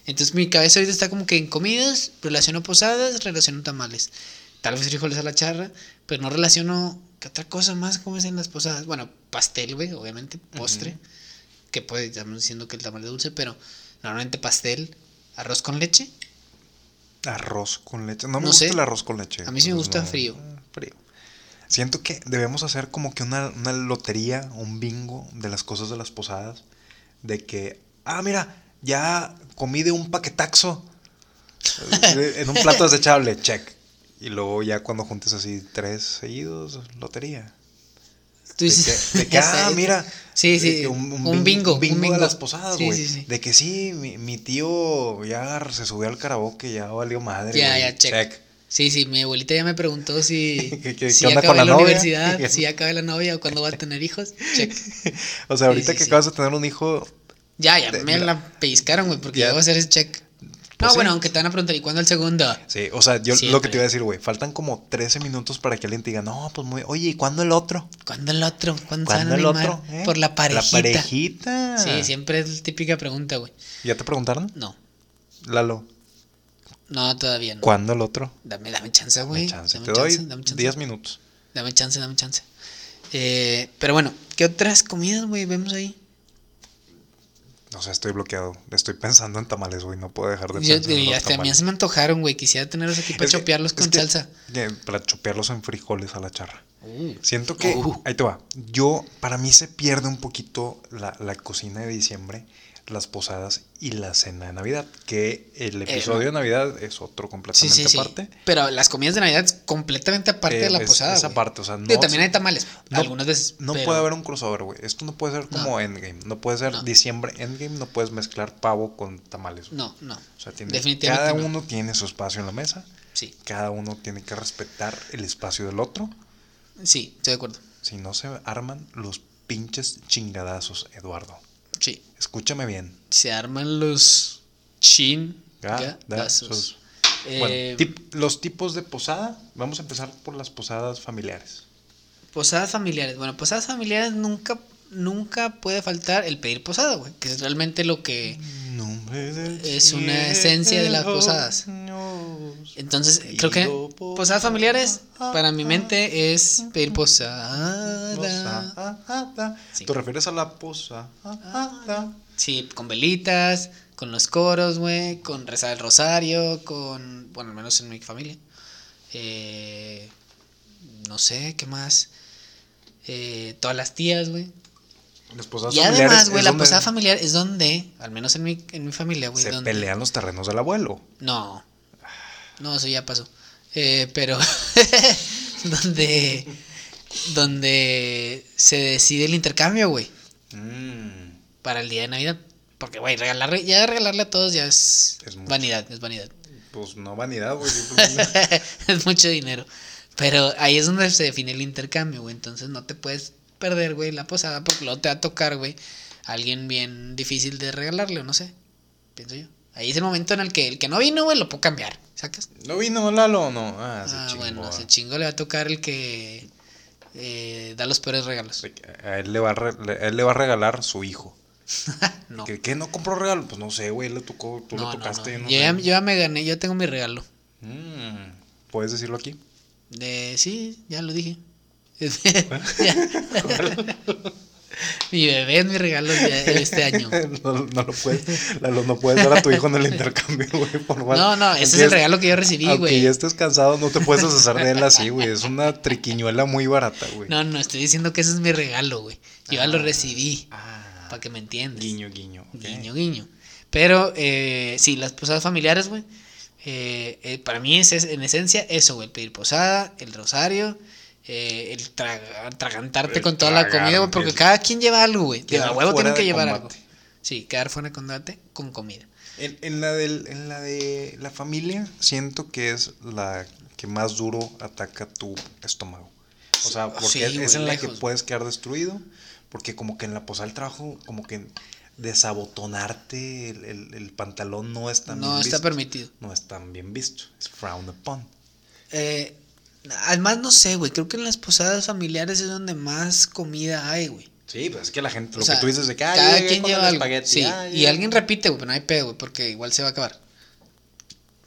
Speaker 2: Entonces mi cabeza ahorita está como que en comidas, relaciono posadas, relaciono tamales. Tal vez frijoles a la charra, pero no relaciono... ¿Qué otra cosa más comes en las posadas? Bueno, pastel, güey, obviamente, postre. Que puede, estamos diciendo que el tamal es dulce, pero normalmente pastel, arroz con leche.
Speaker 1: Arroz con leche. No me
Speaker 2: No
Speaker 1: gusta
Speaker 2: sé.
Speaker 1: el arroz con leche.
Speaker 2: A mí sí me
Speaker 1: entonces
Speaker 2: gusta frío.
Speaker 1: Ah, Frío. Siento que debemos hacer como que una, una lotería, un bingo de las cosas de las posadas. De que, ah, mira, ya comí de un paquetaxo eh, en un plato desechable, check. Y luego ya cuando juntes así tres seguidos, lotería.
Speaker 2: Tú
Speaker 1: De
Speaker 2: dices-
Speaker 1: que, de que,
Speaker 2: ya
Speaker 1: ah,
Speaker 2: sé.
Speaker 1: mira.
Speaker 2: Sí,
Speaker 1: de
Speaker 2: sí.
Speaker 1: que
Speaker 2: un, bingo.
Speaker 1: un
Speaker 2: Un
Speaker 1: bingo,
Speaker 2: bingo,
Speaker 1: de las posadas,
Speaker 2: Sí,
Speaker 1: güey.
Speaker 2: sí, sí.
Speaker 1: De que sí, mi, mi tío ya se subió al karaoke, ya valió madre.
Speaker 2: Ya,
Speaker 1: güey.
Speaker 2: ya, check. Sí, sí, mi abuelita ya me preguntó si,
Speaker 1: ¿Qué- qué-
Speaker 2: si
Speaker 1: qué onda
Speaker 2: acabé
Speaker 1: con la
Speaker 2: la,
Speaker 1: novia?
Speaker 2: universidad, si ya acabé la novia o cuándo va a tener hijos. Check.
Speaker 1: O sea,
Speaker 2: Sí,
Speaker 1: ahorita
Speaker 2: sí,
Speaker 1: que
Speaker 2: sí.
Speaker 1: acabas de tener un hijo,
Speaker 2: Ya, ya
Speaker 1: De-
Speaker 2: me
Speaker 1: mira.
Speaker 2: la pellizcaron, güey, porque
Speaker 1: Ya. Pues
Speaker 2: yo voy a hacer ese check. no,
Speaker 1: sí.
Speaker 2: bueno, aunque te van a preguntar, ¿y cuándo el segundo?
Speaker 1: sí, o sea, yo lo que
Speaker 2: Siempre.
Speaker 1: te iba a decir, güey, faltan como 13 minutos para que alguien te diga, no, pues muy, oye, ¿y cuándo el otro?
Speaker 2: ¿Cuándo el otro? ¿Cuándo, se van
Speaker 1: ¿Cuándo
Speaker 2: a
Speaker 1: el
Speaker 2: animar?
Speaker 1: otro? eh?
Speaker 2: Por la parejita.
Speaker 1: La parejita.
Speaker 2: Sí, siempre es la típica pregunta, güey.
Speaker 1: ¿Ya te preguntaron?
Speaker 2: No,
Speaker 1: Lalo,
Speaker 2: no, todavía no.
Speaker 1: ¿cuándo el otro?
Speaker 2: Dame, dame chance,
Speaker 1: Dame
Speaker 2: güey.
Speaker 1: chance,
Speaker 2: Dame
Speaker 1: te
Speaker 2: chance,
Speaker 1: doy
Speaker 2: dame chance.
Speaker 1: 10 minutos.
Speaker 2: Dame chance, dame chance. Eh, pero bueno, ¿qué otras comidas, güey, vemos ahí?
Speaker 1: No sé, estoy bloqueado. Estoy pensando en tamales, güey. No puedo dejar de
Speaker 2: Yo,
Speaker 1: pensar en
Speaker 2: y
Speaker 1: los
Speaker 2: hasta a mí ya
Speaker 1: tamales.
Speaker 2: se me antojaron, güey. Quisiera tenerlos aquí para
Speaker 1: Es que-
Speaker 2: chopearlos
Speaker 1: es
Speaker 2: con
Speaker 1: que-
Speaker 2: salsa.
Speaker 1: eh, Para chopearlos en frijoles a la charra.
Speaker 2: Uh,
Speaker 1: Siento que.
Speaker 2: Uh.
Speaker 1: Ahí te va. Yo, para mí se pierde un poquito la, la cocina de diciembre, las posadas y la cena de Navidad. Que el episodio de Navidad es otro
Speaker 2: sí,
Speaker 1: completamente
Speaker 2: Eh, sí, sí.
Speaker 1: aparte.
Speaker 2: Pero las comidas de Navidad es completamente aparte
Speaker 1: Eh,
Speaker 2: de la
Speaker 1: es-
Speaker 2: posada.
Speaker 1: Esa
Speaker 2: güey.
Speaker 1: parte, o sea, no.
Speaker 2: Digo, también hay tamales.
Speaker 1: no-
Speaker 2: algunas veces.
Speaker 1: No
Speaker 2: pero-
Speaker 1: puede haber un crossover, güey. Esto no puede ser como Endgame. No puede ser
Speaker 2: No.
Speaker 1: diciembre Endgame. No puedes mezclar pavo con tamales. güey.
Speaker 2: No, no.
Speaker 1: O sea, tiene-
Speaker 2: Definitivamente
Speaker 1: cada
Speaker 2: no.
Speaker 1: uno tiene su espacio en la mesa.
Speaker 2: Sí,
Speaker 1: Cada uno tiene que respetar el espacio del otro.
Speaker 2: sí, estoy de acuerdo.
Speaker 1: Si no se arman los pinches chingadazos, Eduardo.
Speaker 2: Sí.
Speaker 1: Escúchame bien.
Speaker 2: Se arman los chingadazos.
Speaker 1: Gadazos.
Speaker 2: Eh,
Speaker 1: Bueno, tip- los tipos de posada. Vamos a empezar por las posadas familiares.
Speaker 2: Posadas familiares. Bueno, posadas familiares nunca, nunca puede faltar el pedir posada, güey. Que es realmente lo que.
Speaker 1: Nombre del
Speaker 2: Es una esencia de las
Speaker 1: cielo,
Speaker 2: posadas.
Speaker 1: Dios.
Speaker 2: Entonces, creo que
Speaker 1: Pido posada.
Speaker 2: posadas familiares para mi mente es pedir posada.
Speaker 1: Posada.
Speaker 2: Sí.
Speaker 1: ¿Te refieres a la posada?
Speaker 2: Sí, con velitas, con los coros, güey, con rezar el rosario, con, bueno, al menos en mi familia. Eh, no sé, ¿qué más? Eh, todas las tías, güey.
Speaker 1: Las posadas
Speaker 2: Y
Speaker 1: familiares
Speaker 2: además, güey,
Speaker 1: es
Speaker 2: la
Speaker 1: donde
Speaker 2: posada familiar es donde, al menos en mi, en mi familia, güey,
Speaker 1: Se
Speaker 2: donde...
Speaker 1: pelean los terrenos del abuelo.
Speaker 2: No. No, eso ya pasó. Eh, pero donde donde se decide el intercambio, güey,
Speaker 1: Mm.
Speaker 2: para el día de Navidad, porque güey, regalar ya regalarle a todos ya es,
Speaker 1: Es mucho.
Speaker 2: vanidad, es vanidad.
Speaker 1: Pues no vanidad, güey. simplemente-
Speaker 2: es mucho dinero. Pero ahí es donde se define el intercambio, güey. Entonces no te puedes perder, güey, la posada porque luego te va a tocar, güey, a alguien bien difícil de regalarle, o no sé. Pienso yo. Ahí es el momento en el que el que no vino, güey, lo puedo cambiar. ¿Sacas?
Speaker 1: ¿No vino Lalo o no? Ah, se
Speaker 2: Ah,
Speaker 1: chingó.
Speaker 2: bueno, ese chingo le va a tocar el que eh, da los peores regalos.
Speaker 1: Sí, A él le va a, re- le- a él le va a regalar su hijo.
Speaker 2: No.
Speaker 1: ¿Qué, qué no compró regalo? Pues no sé, güey, le tocó, tú
Speaker 2: no,
Speaker 1: le
Speaker 2: no,
Speaker 1: tocaste.
Speaker 2: no.
Speaker 1: yo no
Speaker 2: Yo, ya,
Speaker 1: sé.
Speaker 2: yo ya me gané, yo tengo mi regalo.
Speaker 1: Mm, ¿Puedes decirlo aquí?
Speaker 2: De, sí, ya lo dije. mi bebé es mi regalo de de este año.
Speaker 1: no, no lo puedes, Lalo, no puedes dar a tu hijo en el intercambio, güey, por mal.
Speaker 2: No, no, ese
Speaker 1: Aunque
Speaker 2: es el
Speaker 1: es-
Speaker 2: regalo que yo recibí,
Speaker 1: Aunque
Speaker 2: güey.
Speaker 1: ya estés cansado, no te puedes deshacer de él así, güey. Es una triquiñuela muy barata, güey.
Speaker 2: No, no, estoy diciendo que ese es mi regalo, güey. Yo ya lo
Speaker 1: Ah.
Speaker 2: recibí,
Speaker 1: Ah,
Speaker 2: para que me entiendas.
Speaker 1: guiño, guiño. ok.
Speaker 2: Guiño, guiño. Pero eh, sí, las posadas familiares, güey. eh, eh, para mí es, es- en esencia eso, güey. Pedir posada, el rosario, eh, el traga- atragantarte
Speaker 1: El
Speaker 2: con toda la comida, güey.
Speaker 1: tragante,
Speaker 2: Porque
Speaker 1: el-
Speaker 2: cada quien lleva algo, güey. De
Speaker 1: Quedar
Speaker 2: a huevo
Speaker 1: fuera
Speaker 2: tienen que
Speaker 1: de
Speaker 2: llevar
Speaker 1: combate.
Speaker 2: algo. Sí, quedar fuera de combate con comida.
Speaker 1: En, en la del, en la de la familia, siento que es la que más duro ataca tu estómago. O sea,
Speaker 2: Sí,
Speaker 1: porque
Speaker 2: sí,
Speaker 1: es
Speaker 2: güey,
Speaker 1: en la que
Speaker 2: lejos, güey.
Speaker 1: puedes quedar destruido. Porque como que en la posada del trabajo, como que desabotonarte el, el- el pantalón no es tan
Speaker 2: No
Speaker 1: bien
Speaker 2: está
Speaker 1: visto.
Speaker 2: permitido.
Speaker 1: No es tan bien visto. Es frowned upon.
Speaker 2: Eh, además, no sé, güey. Creo que en las posadas familiares es donde más comida hay, güey.
Speaker 1: Sí, pues es que la gente, lo
Speaker 2: O sea,
Speaker 1: que tú dices de que "Ah, yo
Speaker 2: cada
Speaker 1: llegué
Speaker 2: quien
Speaker 1: con el
Speaker 2: lleva algo.
Speaker 1: espagueti,
Speaker 2: Sí,
Speaker 1: ah,
Speaker 2: y
Speaker 1: yo-
Speaker 2: alguien repite, güey, pero no hay pedo, güey, porque igual se va a acabar.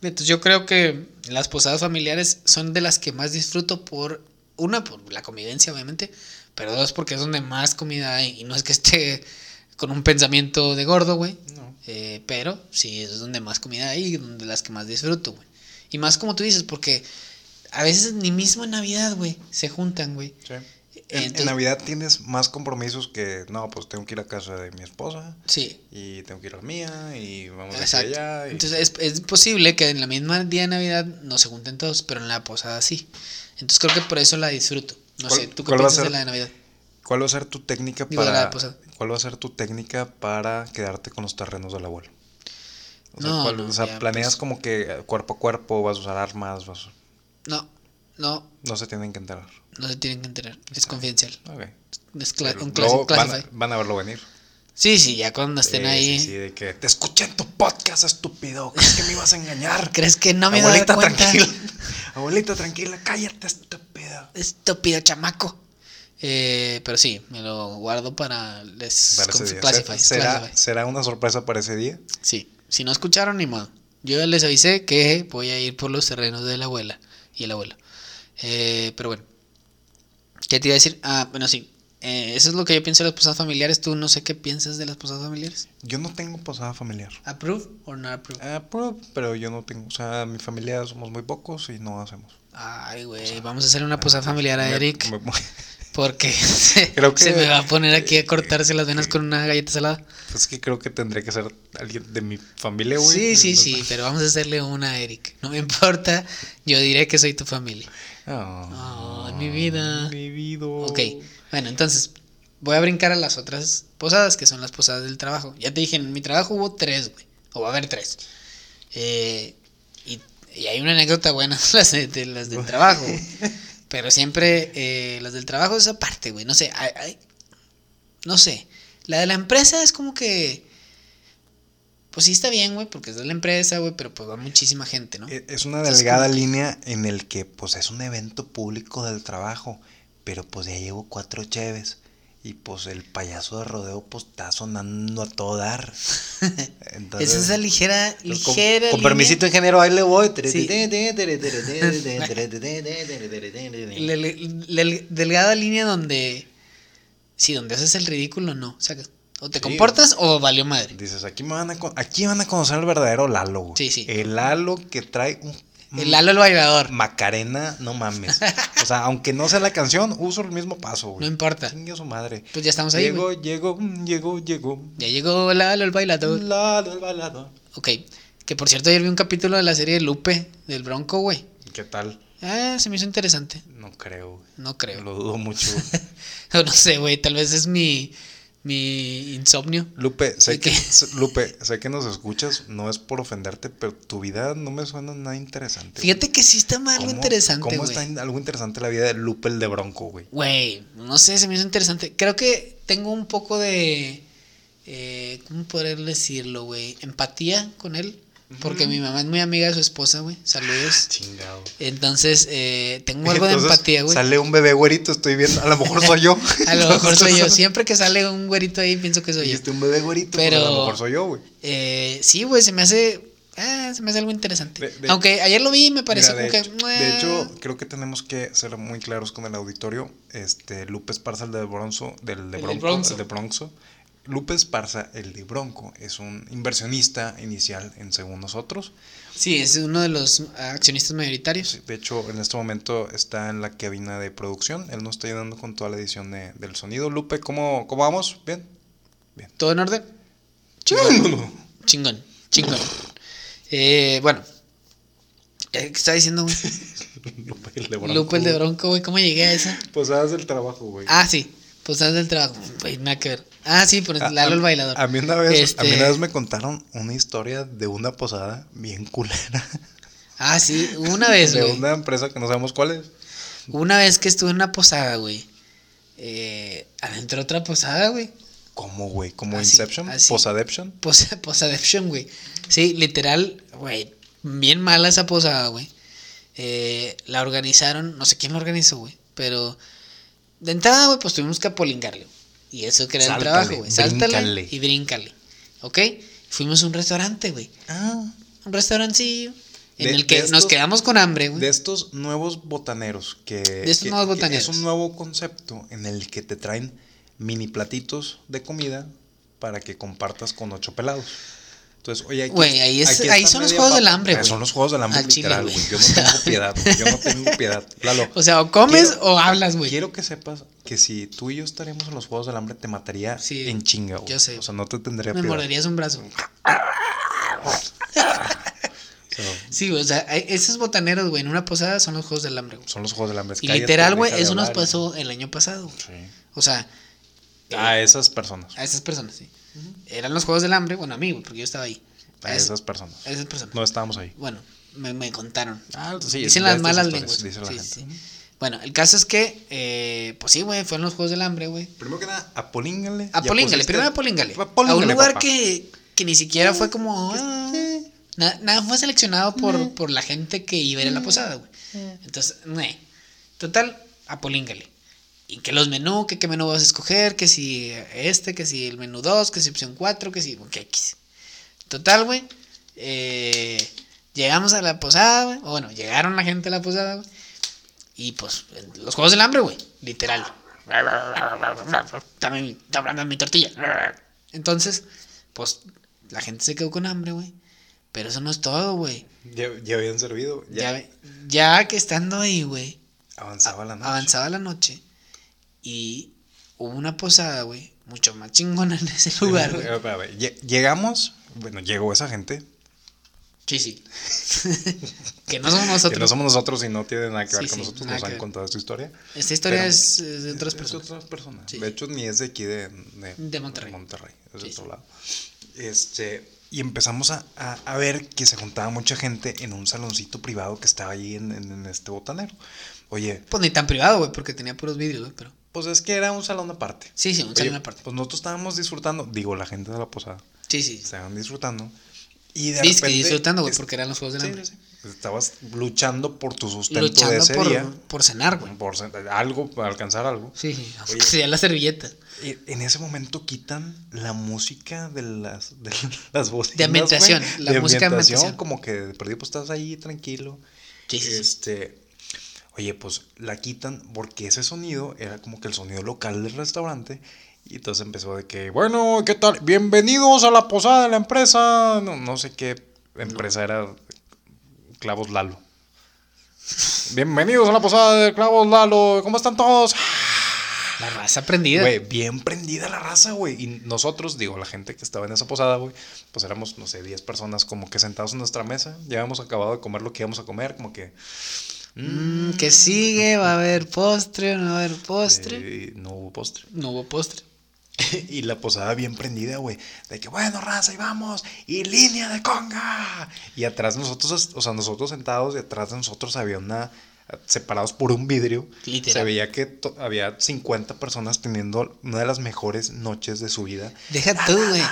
Speaker 2: Entonces yo creo que las posadas familiares son de las que más disfruto por, una, por la convivencia, obviamente, pero dos, porque es donde más comida hay. Y no es que esté con un pensamiento de gordo, güey,
Speaker 1: No.
Speaker 2: eh, pero sí es donde más comida hay y donde las que más disfruto, güey. Y más como tú dices, porque a veces ni mismo en Navidad, güey, se juntan, güey.
Speaker 1: Sí. En,
Speaker 2: Entonces-
Speaker 1: en Navidad tienes más compromisos que, no, pues tengo que ir a casa de mi esposa
Speaker 2: Sí.
Speaker 1: y tengo que ir a la mía y vamos a
Speaker 2: Exacto.
Speaker 1: allá. y-
Speaker 2: Entonces es, es posible que en la misma día de Navidad no se junten todos, pero en la posada sí. Entonces creo que por eso la disfruto. No
Speaker 1: ¿Cuál-
Speaker 2: sé, ¿tú qué
Speaker 1: cuál va a
Speaker 2: piensas
Speaker 1: ser?
Speaker 2: de la de Navidad?
Speaker 1: ¿Cuál va a ser tu técnica
Speaker 2: Digo, de la pues,
Speaker 1: para
Speaker 2: posada.
Speaker 1: cuál va a ser tu técnica para quedarte con los terrenos del abuelo? O sea,
Speaker 2: No,
Speaker 1: ¿cuál-
Speaker 2: no,
Speaker 1: o sea,
Speaker 2: ya,
Speaker 1: planeas
Speaker 2: pues.
Speaker 1: como que eh, cuerpo a cuerpo, vas a usar armas, vas a-
Speaker 2: No, no,
Speaker 1: no se tienen que enterar.
Speaker 2: no se tienen que enterar. Es confidencial.
Speaker 1: Ok.
Speaker 2: Es
Speaker 1: Ah.
Speaker 2: cla-
Speaker 1: Pero
Speaker 2: un
Speaker 1: luego
Speaker 2: clasi-
Speaker 1: van, a-
Speaker 2: classified.
Speaker 1: van a verlo venir.
Speaker 2: Sí, sí, ya cuando estén
Speaker 1: Sí,
Speaker 2: ahí.
Speaker 1: Sí, sí, de que te escuché en tu podcast, estúpido. ¿Crees que me ibas a engañar?
Speaker 2: ¿Crees que no me
Speaker 1: Abuelita,
Speaker 2: da cuenta?
Speaker 1: tranquila. Abuelita, tranquila, cállate, estúpido.
Speaker 2: Estúpido chamaco. Eh, pero sí, me lo guardo para les
Speaker 1: Para ese
Speaker 2: con-
Speaker 1: día.
Speaker 2: classify,
Speaker 1: ¿Será,
Speaker 2: classify.
Speaker 1: será una sorpresa para ese día.
Speaker 2: Sí, si no escucharon ni modo. Yo ya les avisé que voy a ir por los terrenos de la abuela y el abuelo. Eh, pero bueno, ¿qué te iba a decir? Ah, bueno, sí. Eh, eso es lo que yo pienso de las posadas familiares. Tú no sé qué piensas de las posadas familiares.
Speaker 1: Yo no tengo posada familiar.
Speaker 2: ¿Approve o no approve?
Speaker 1: Ah, pero, pero yo no tengo, o sea, mi familia somos muy pocos y no hacemos.
Speaker 2: Ay, güey, vamos a hacer una posada familiar a
Speaker 1: Ah, Me-
Speaker 2: Eric.
Speaker 1: me- me-
Speaker 2: Porque se,
Speaker 1: Creo que-
Speaker 2: se me va a poner aquí a cortarse las venas con una galleta salada.
Speaker 1: pues es que creo que tendría que ser alguien de mi familia, güey.
Speaker 2: Sí, sí,
Speaker 1: No-
Speaker 2: sí, pero vamos a hacerle una a Eric. No me importa, yo diré que soy tu familia.
Speaker 1: Ah, E,
Speaker 2: Ay, mi vida.
Speaker 1: Mi vida.
Speaker 2: Ok, bueno, entonces voy a brincar a las otras posadas, que son las posadas del trabajo. Ya te dije, en mi trabajo hubo tres, güey, o va a haber tres. Eh, y, y hay una anécdota buena, las de, de las del trabajo. güey. Pero siempre eh, las del trabajo es aparte, güey. No sé, ay- ay, no sé. La de la empresa es como que... Pues sí está bien, güey, porque es de la empresa, güey, pero pues va muchísima gente, ¿no?
Speaker 1: E- Es una
Speaker 2: Entonces,
Speaker 1: delgada
Speaker 2: como que-
Speaker 1: línea en el que, pues, es un evento público del trabajo, pero pues ya llevo cuatro cheves. Y pues el payaso de rodeo pues está sonando a todo dar. Entonces,
Speaker 2: Esa es esa ligera,
Speaker 1: Pues, con-
Speaker 2: ligera
Speaker 1: Con,
Speaker 2: línea.
Speaker 1: permisito, ingeniero, ahí le voy.
Speaker 2: Sí. La, la- la delgada línea donde. Sí, donde haces el ridículo, no. O sea, que o te
Speaker 1: Sí.
Speaker 2: comportas o valió madre.
Speaker 1: Dices, aquí, me van a, con- aquí van a conocer al verdadero Lalo, güey.
Speaker 2: Sí, sí.
Speaker 1: El Lalo que trae un
Speaker 2: El Lalo el bailador.
Speaker 1: Macarena, no mames. O sea, aunque no sea la canción, uso el mismo paso,
Speaker 2: No
Speaker 1: güey.
Speaker 2: importa.
Speaker 1: Chingue su madre.
Speaker 2: Pues ya estamos ahí.
Speaker 1: Llegó,
Speaker 2: güey.
Speaker 1: llegó, mm, llegó, llegó.
Speaker 2: Ya llegó Lalo el bailador.
Speaker 1: Lalo, el balado.
Speaker 2: Ok. Que por cierto, ayer vi un capítulo de la serie de Lupe, del Bronco, güey.
Speaker 1: ¿Qué tal?
Speaker 2: Ah, se me hizo interesante.
Speaker 1: No creo, güey.
Speaker 2: No creo.
Speaker 1: Lo dudo mucho. güey.
Speaker 2: O no sé, güey. Tal vez es mi. Mi insomnio.
Speaker 1: Lupe, sé
Speaker 2: ¿De
Speaker 1: que,
Speaker 2: qué?
Speaker 1: s- Lupe, sé que nos escuchas, no es por ofenderte, pero tu vida no me suena nada interesante. güey.
Speaker 2: Fíjate que sí está mal algo
Speaker 1: ¿Cómo-
Speaker 2: interesante,
Speaker 1: ¿Cómo
Speaker 2: güey.
Speaker 1: está en- algo interesante la vida de Lupe el de Bronco, güey?
Speaker 2: Güey, no sé, se me hizo interesante. Creo que tengo un poco de. eh, ¿Cómo poder decirlo, güey? Empatía con él. Porque mi mamá es muy amiga de su esposa, güey. Saludos.
Speaker 1: Chingado.
Speaker 2: Entonces, eh, tengo algo de
Speaker 1: Ah, Entonces,
Speaker 2: empatía, güey.
Speaker 1: Sale un bebé güerito, estoy viendo. A lo mejor soy yo.
Speaker 2: A lo mejor soy yo.
Speaker 1: Entonces,
Speaker 2: Siempre que sale un güerito ahí, pienso que soy yo.
Speaker 1: Dijiste un bebé güerito,
Speaker 2: Pero-
Speaker 1: pero a lo mejor soy yo, güey.
Speaker 2: Eh, sí, güey, se me hace. ah, se me hace algo interesante.
Speaker 1: De- de-
Speaker 2: Aunque ayer lo vi y me pareció
Speaker 1: Mira,
Speaker 2: como
Speaker 1: de,
Speaker 2: que.
Speaker 1: hecho, de hecho, creo que tenemos que ser muy claros con el auditorio. Este, Lupe Esparza, el de Bronzo, del de
Speaker 2: El de
Speaker 1: Bronco,
Speaker 2: Bronzo.
Speaker 1: el de Bronzo. Lupe Esparza, el de Bronco, es un inversionista inicial en según nosotros.
Speaker 2: Sí, es uno de los accionistas mayoritarios.
Speaker 1: Sí, De hecho, en este momento está en la cabina de producción. Él nos está ayudando con toda la edición de- del sonido. Lupe, ¿cómo, cómo vamos? ¿Bien?
Speaker 2: ¿Todo en orden? Chingón. Chingón, chingón. Eh, bueno, Eh, ¿qué estaba diciendo, güey?
Speaker 1: Lupe el de Bronco.
Speaker 2: Lupe el de Bronco, güey. ¿Cómo llegué a esa?
Speaker 1: Posadas del trabajo, güey.
Speaker 2: Ah, sí, posadas del trabajo. Güey, nada que ver. Ah, sí, por
Speaker 1: A-
Speaker 2: Lalo
Speaker 1: a-
Speaker 2: el bailador.
Speaker 1: A mí, una vez, a mí
Speaker 2: Este-
Speaker 1: una vez me contaron una historia de una posada bien culera.
Speaker 2: Ah, sí, una vez,
Speaker 1: de
Speaker 2: güey.
Speaker 1: una empresa que no sabemos cuál es.
Speaker 2: Una vez que estuve en una posada, güey. Eh, adentro otra posada, güey.
Speaker 1: ¿Cómo, güey? ¿Como
Speaker 2: Así,
Speaker 1: Inception?
Speaker 2: así.
Speaker 1: ¿Posadeption?
Speaker 2: Posa, posadeption, güey. Sí, literal, güey. Bien mala esa posada, güey. Eh, la organizaron, no sé quién la organizó, güey. Pero de entrada, güey, pues tuvimos que apolingarle. Y eso que era
Speaker 1: Sáltale,
Speaker 2: el trabajo, güey. Sáltale
Speaker 1: bríncale.
Speaker 2: y bríncale. ¿Ok? Fuimos a un restaurante, güey.
Speaker 1: Ah,
Speaker 2: Un restaurancillo. En
Speaker 1: De-
Speaker 2: el que
Speaker 1: de estos-
Speaker 2: nos quedamos con hambre, güey.
Speaker 1: de estos nuevos botaneros que,
Speaker 2: estos
Speaker 1: que-
Speaker 2: nuevos
Speaker 1: que
Speaker 2: botaneros.
Speaker 1: es un nuevo concepto en el que te traen mini platitos de comida para que compartas con ocho pelados. Entonces, oye, aquí,
Speaker 2: Güey, ahí, es-
Speaker 1: aquí
Speaker 2: ahí
Speaker 1: está
Speaker 2: son los
Speaker 1: media
Speaker 2: juegos
Speaker 1: papa.
Speaker 2: del hambre,
Speaker 1: Eh,
Speaker 2: güey.
Speaker 1: Son los juegos del hambre
Speaker 2: Al chile,
Speaker 1: literal,
Speaker 2: güey.
Speaker 1: güey. Yo
Speaker 2: O
Speaker 1: no
Speaker 2: sea-
Speaker 1: tengo piedad, güey. Yo no tengo piedad. Lalo,
Speaker 2: O sea, o comes
Speaker 1: Quiero-
Speaker 2: o hablas, güey.
Speaker 1: quiero que sepas que si tú y yo estaremos en los juegos del hambre, te mataría
Speaker 2: Sí,
Speaker 1: en chinga, güey.
Speaker 2: yo sé.
Speaker 1: O sea, no te tendría
Speaker 2: Me
Speaker 1: piedad.
Speaker 2: morderías un brazo.
Speaker 1: O sea,
Speaker 2: Sí, güey, o sea, hay- esos botaneros, güey, en una posada son los juegos del hambre, güey.
Speaker 1: son los juegos del hambre.
Speaker 2: Y
Speaker 1: Pues Cállate,
Speaker 2: literal, güey,
Speaker 1: deja de
Speaker 2: eso nos
Speaker 1: hablar, y-
Speaker 2: pasó el año pasado. güey.
Speaker 1: Sí.
Speaker 2: O sea, eh,
Speaker 1: A esas personas.
Speaker 2: a esas personas, sí. Eran los juegos del hambre, bueno, a mí, güey, porque yo estaba ahí.
Speaker 1: A
Speaker 2: Es-
Speaker 1: esas personas.
Speaker 2: A esas personas.
Speaker 1: No estábamos ahí.
Speaker 2: Bueno, me, me contaron.
Speaker 1: Ah, sí,
Speaker 2: Dicen
Speaker 1: ya
Speaker 2: las
Speaker 1: estas
Speaker 2: malas
Speaker 1: historias,
Speaker 2: lenguas.
Speaker 1: dice la
Speaker 2: Sí,
Speaker 1: gente.
Speaker 2: sí, Bueno, el caso es que, eh, pues sí, güey, fueron los juegos del hambre, güey.
Speaker 1: Primero que nada, apolíngale. ya
Speaker 2: Apolíngale,
Speaker 1: pusiste-
Speaker 2: primero apolíngale. A
Speaker 1: Apolíngale,
Speaker 2: un lugar
Speaker 1: papá.
Speaker 2: que, que ni siquiera fue como. ah,
Speaker 1: Sí.
Speaker 2: na- Nada, fue seleccionado
Speaker 1: Mm.
Speaker 2: por, por la gente que iba a ir a la posada, güey. Entonces, ne. Total, apolíngale. Y que los menú, que qué menú vas a escoger, que si este, que si el menú 2, que si opción 4, que si. Que X. Total, güey. eh, llegamos a la posada, güey. O bueno, llegaron la gente a la posada, güey. Y pues, los juegos del hambre, güey. Literal. Dame, mi- dame mi tortilla. Entonces, pues, la gente se quedó con hambre, güey. Pero eso no es todo, güey.
Speaker 1: Ya, ya habían servido. Ya,
Speaker 2: Ya, ya que estando ahí, güey,
Speaker 1: avanzaba la noche.
Speaker 2: avanzaba la noche y hubo una posada, güey, mucho más chingona en ese lugar, güey.
Speaker 1: Eh, espera, güey. Lle- Llegamos. Bueno, llegó esa gente.
Speaker 2: Sí, sí. que no somos nosotros.
Speaker 1: Que no somos nosotros y no tiene nada que ver
Speaker 2: Sí,
Speaker 1: con
Speaker 2: sí,
Speaker 1: nosotros.
Speaker 2: nada
Speaker 1: Nos
Speaker 2: que
Speaker 1: han
Speaker 2: ver.
Speaker 1: contado esta historia.
Speaker 2: Esta historia
Speaker 1: Pero-
Speaker 2: es, es de otras
Speaker 1: Es
Speaker 2: personas.
Speaker 1: otras personas.
Speaker 2: Sí.
Speaker 1: De hecho, ni es de aquí de, de,
Speaker 2: De Monterrey.
Speaker 1: es de
Speaker 2: Sí,
Speaker 1: otro
Speaker 2: sí.
Speaker 1: lado. Este, y empezamos a, a- a ver que se juntaba mucha gente en un saloncito privado que estaba allí en, en- en este botanero. Oye,
Speaker 2: Pues ni tan privado, güey, porque tenía puros vidrios, güey, pero...
Speaker 1: pues es que era un salón aparte.
Speaker 2: Sí, sí, un
Speaker 1: Oye,
Speaker 2: salón aparte.
Speaker 1: Pues nosotros estábamos disfrutando, digo, la gente de la posada,
Speaker 2: Sí, sí.
Speaker 1: estaban disfrutando. Y de
Speaker 2: Dice que
Speaker 1: repente
Speaker 2: disfrutando, güey,
Speaker 1: es-
Speaker 2: porque eran los Juegos del
Speaker 1: sí,
Speaker 2: Hambre.
Speaker 1: sí, sí. Estabas luchando por tu sustento de
Speaker 2: Luchando
Speaker 1: ese
Speaker 2: por,
Speaker 1: día.
Speaker 2: por cenar, güey.
Speaker 1: Por sen- algo, para alcanzar algo.
Speaker 2: Sí, sí, aunque
Speaker 1: Oye.
Speaker 2: sea la servilleta.
Speaker 1: Eh, En ese momento quitan la música de las, de las bocinas.
Speaker 2: De ambientación,
Speaker 1: güey.
Speaker 2: la música de ambientación.
Speaker 1: Como que de perdido, pues estás ahí tranquilo.
Speaker 2: Sí, sí, sí.
Speaker 1: Este, oye, pues la quitan porque ese sonido era como que el sonido local del restaurante. Y entonces empezó de que, bueno, ¿qué tal? Bienvenidos a la posada de la empresa. No, no sé qué empresa era Clavos Lalo. Bienvenidos a la posada de Clavos Lalo. ¿Cómo están todos?
Speaker 2: La raza prendida.
Speaker 1: Güey, bien prendida la raza, güey. Y nosotros, digo, la gente que estaba en esa posada, güey, pues éramos, no sé, 10 personas como que sentados en nuestra mesa. Ya habíamos acabado de comer lo que íbamos a comer, como que.
Speaker 2: Mm, que sigue, va a haber postre, no va a haber postre.
Speaker 1: eh, no hubo postre.
Speaker 2: No hubo postre.
Speaker 1: y la posada bien prendida, güey. De que, bueno, raza, y vamos. Y línea de conga. Y atrás nosotros, o sea, nosotros sentados y atrás de nosotros había una. Separados por un vidrio,
Speaker 2: Literal.
Speaker 1: se veía que to- había 50 personas teniendo una de las mejores noches de su vida.
Speaker 2: Deja tú, güey.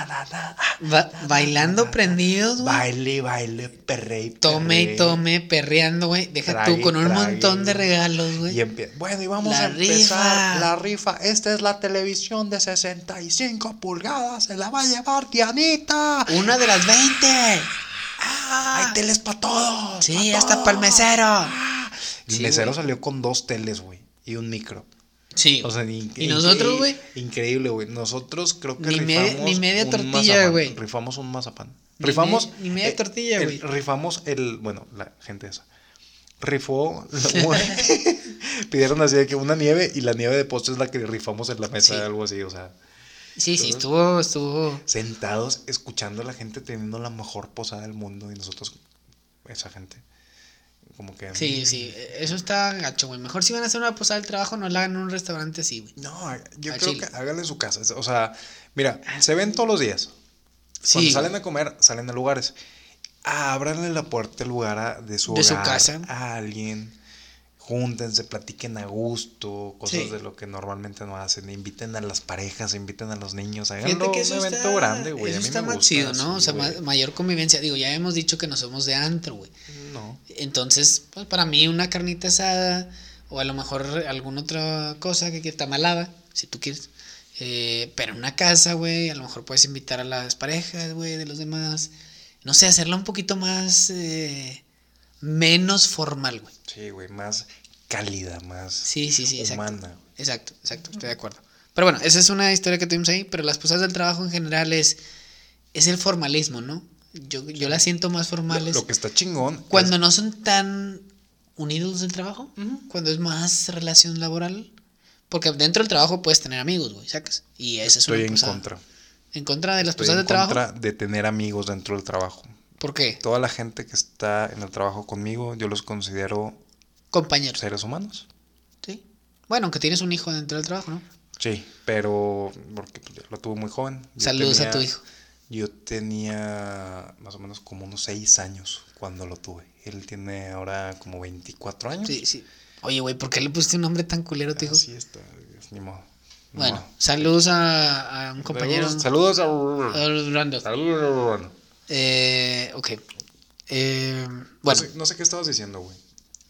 Speaker 2: Ba- bailando prendidos, güey.
Speaker 1: Baile, baile, perre y
Speaker 2: Tome y tome, perreando, güey. Deja tú
Speaker 1: Trague,
Speaker 2: con un
Speaker 1: trague.
Speaker 2: montón de regalos, güey.
Speaker 1: Y empie- Bueno, y vamos
Speaker 2: La
Speaker 1: a empezar
Speaker 2: rifa.
Speaker 1: la rifa. Esta es la televisión de 65 pulgadas. Se la va a llevar Tianita.
Speaker 2: Una de las 20.
Speaker 1: Hay teles para todos.
Speaker 2: Ah. Sí,
Speaker 1: pa'
Speaker 2: hasta
Speaker 1: todos.
Speaker 2: para el mesero.
Speaker 1: El
Speaker 2: Sí,
Speaker 1: mesero
Speaker 2: güey.
Speaker 1: salió con dos teles, güey. Y un micro.
Speaker 2: Sí.
Speaker 1: O sea, in-
Speaker 2: y nosotros,
Speaker 1: increí-
Speaker 2: güey.
Speaker 1: Increíble, güey. Nosotros creo que
Speaker 2: Ni media-
Speaker 1: rifamos.
Speaker 2: ni media
Speaker 1: un
Speaker 2: tortilla,
Speaker 1: mazapán.
Speaker 2: güey.
Speaker 1: Rifamos un mazapán.
Speaker 2: Ni
Speaker 1: Rifamos. eh,
Speaker 2: me- ni media tortilla,
Speaker 1: el-
Speaker 2: güey.
Speaker 1: Rifamos el. Bueno, la gente esa. Rifó. la- pidieron así de que una nieve y la nieve de postre es la que rifamos en la mesa,
Speaker 2: Sí.
Speaker 1: algo así, o sea.
Speaker 2: Sí, sí, estuvo, estuvo.
Speaker 1: Sentados, escuchando a la gente teniendo la mejor posada del mundo y nosotros, esa gente. Como que.
Speaker 2: Sí, sí. Eso está gacho, güey. Mejor si van a hacer una posada del trabajo, no la hagan en un restaurante así, güey.
Speaker 1: No, yo
Speaker 2: Al
Speaker 1: creo
Speaker 2: chile. Ah,
Speaker 1: que háganle su casa. O sea, mira, se ven todos los días. Cuando
Speaker 2: Sí.
Speaker 1: salen
Speaker 2: güey.
Speaker 1: a comer, salen a lugares. Ah, Ábranle la puerta al lugar a- de su
Speaker 2: De su
Speaker 1: hogar
Speaker 2: casa.
Speaker 1: a alguien. Júntense, platiquen a gusto, cosas
Speaker 2: Sí.
Speaker 1: de lo que normalmente no hacen. Inviten a las parejas, inviten a los niños.
Speaker 2: Fíjate
Speaker 1: Háganlo
Speaker 2: que
Speaker 1: un
Speaker 2: eso
Speaker 1: evento
Speaker 2: está,
Speaker 1: grande, güey. A
Speaker 2: eso
Speaker 1: mí
Speaker 2: está
Speaker 1: me
Speaker 2: más
Speaker 1: gusta,
Speaker 2: chido, ¿no? o
Speaker 1: sí,
Speaker 2: sea, ma-
Speaker 1: güey.
Speaker 2: mayor convivencia. Digo, ya hemos dicho que no somos de antro, güey.
Speaker 1: No.
Speaker 2: Entonces, pues para mí una carnita asada o a lo mejor alguna otra cosa que quieras, tamalada, si tú quieres. Eh, pero una casa, güey, a lo mejor puedes invitar a las parejas, güey, de los demás. No sé, hacerla un poquito más... eh, menos formal, güey.
Speaker 1: Sí, güey. Más cálida, más
Speaker 2: Sí, sí, sí, exacto.
Speaker 1: humana.
Speaker 2: Exacto, exacto, estoy de acuerdo. Pero bueno, esa es una historia que tuvimos ahí, pero las posadas del trabajo en general es, es el formalismo, ¿no? Yo, yo las siento más formales.
Speaker 1: Lo que está chingón.
Speaker 2: cuando
Speaker 1: es-
Speaker 2: no son tan unidos del trabajo, cuando es más relación laboral. Porque dentro del trabajo puedes tener amigos, güey, sacas. Y esa es
Speaker 1: estoy
Speaker 2: una
Speaker 1: en
Speaker 2: posada.
Speaker 1: contra.
Speaker 2: ¿En contra de las
Speaker 1: Estoy
Speaker 2: posadas
Speaker 1: en
Speaker 2: de trabajo?
Speaker 1: contra de tener amigos dentro del trabajo.
Speaker 2: ¿Por qué?
Speaker 1: Toda la gente que está en el trabajo conmigo, yo los considero
Speaker 2: Compañeros.
Speaker 1: seres humanos.
Speaker 2: Sí. Bueno, aunque tienes un hijo dentro del trabajo, ¿no?
Speaker 1: Sí, pero porque pues, lo tuve muy joven. Yo
Speaker 2: Saludos
Speaker 1: tenía-
Speaker 2: a tu hijo.
Speaker 1: Yo tenía más o menos como unos 6 años cuando lo tuve. Él tiene ahora como 24 años.
Speaker 2: Sí, sí. Oye, güey, ¿por qué le pusiste un nombre tan culero a tu hijo?
Speaker 1: Así está, es, ni modo. ni
Speaker 2: Bueno,
Speaker 1: modo.
Speaker 2: saludos a, a un compañero.
Speaker 1: Saludos, saludos a...
Speaker 2: a Orlando.
Speaker 1: Saludos. No
Speaker 2: Eh, ok. Eh, bueno,
Speaker 1: sé- No, sé, qué estabas diciendo, güey.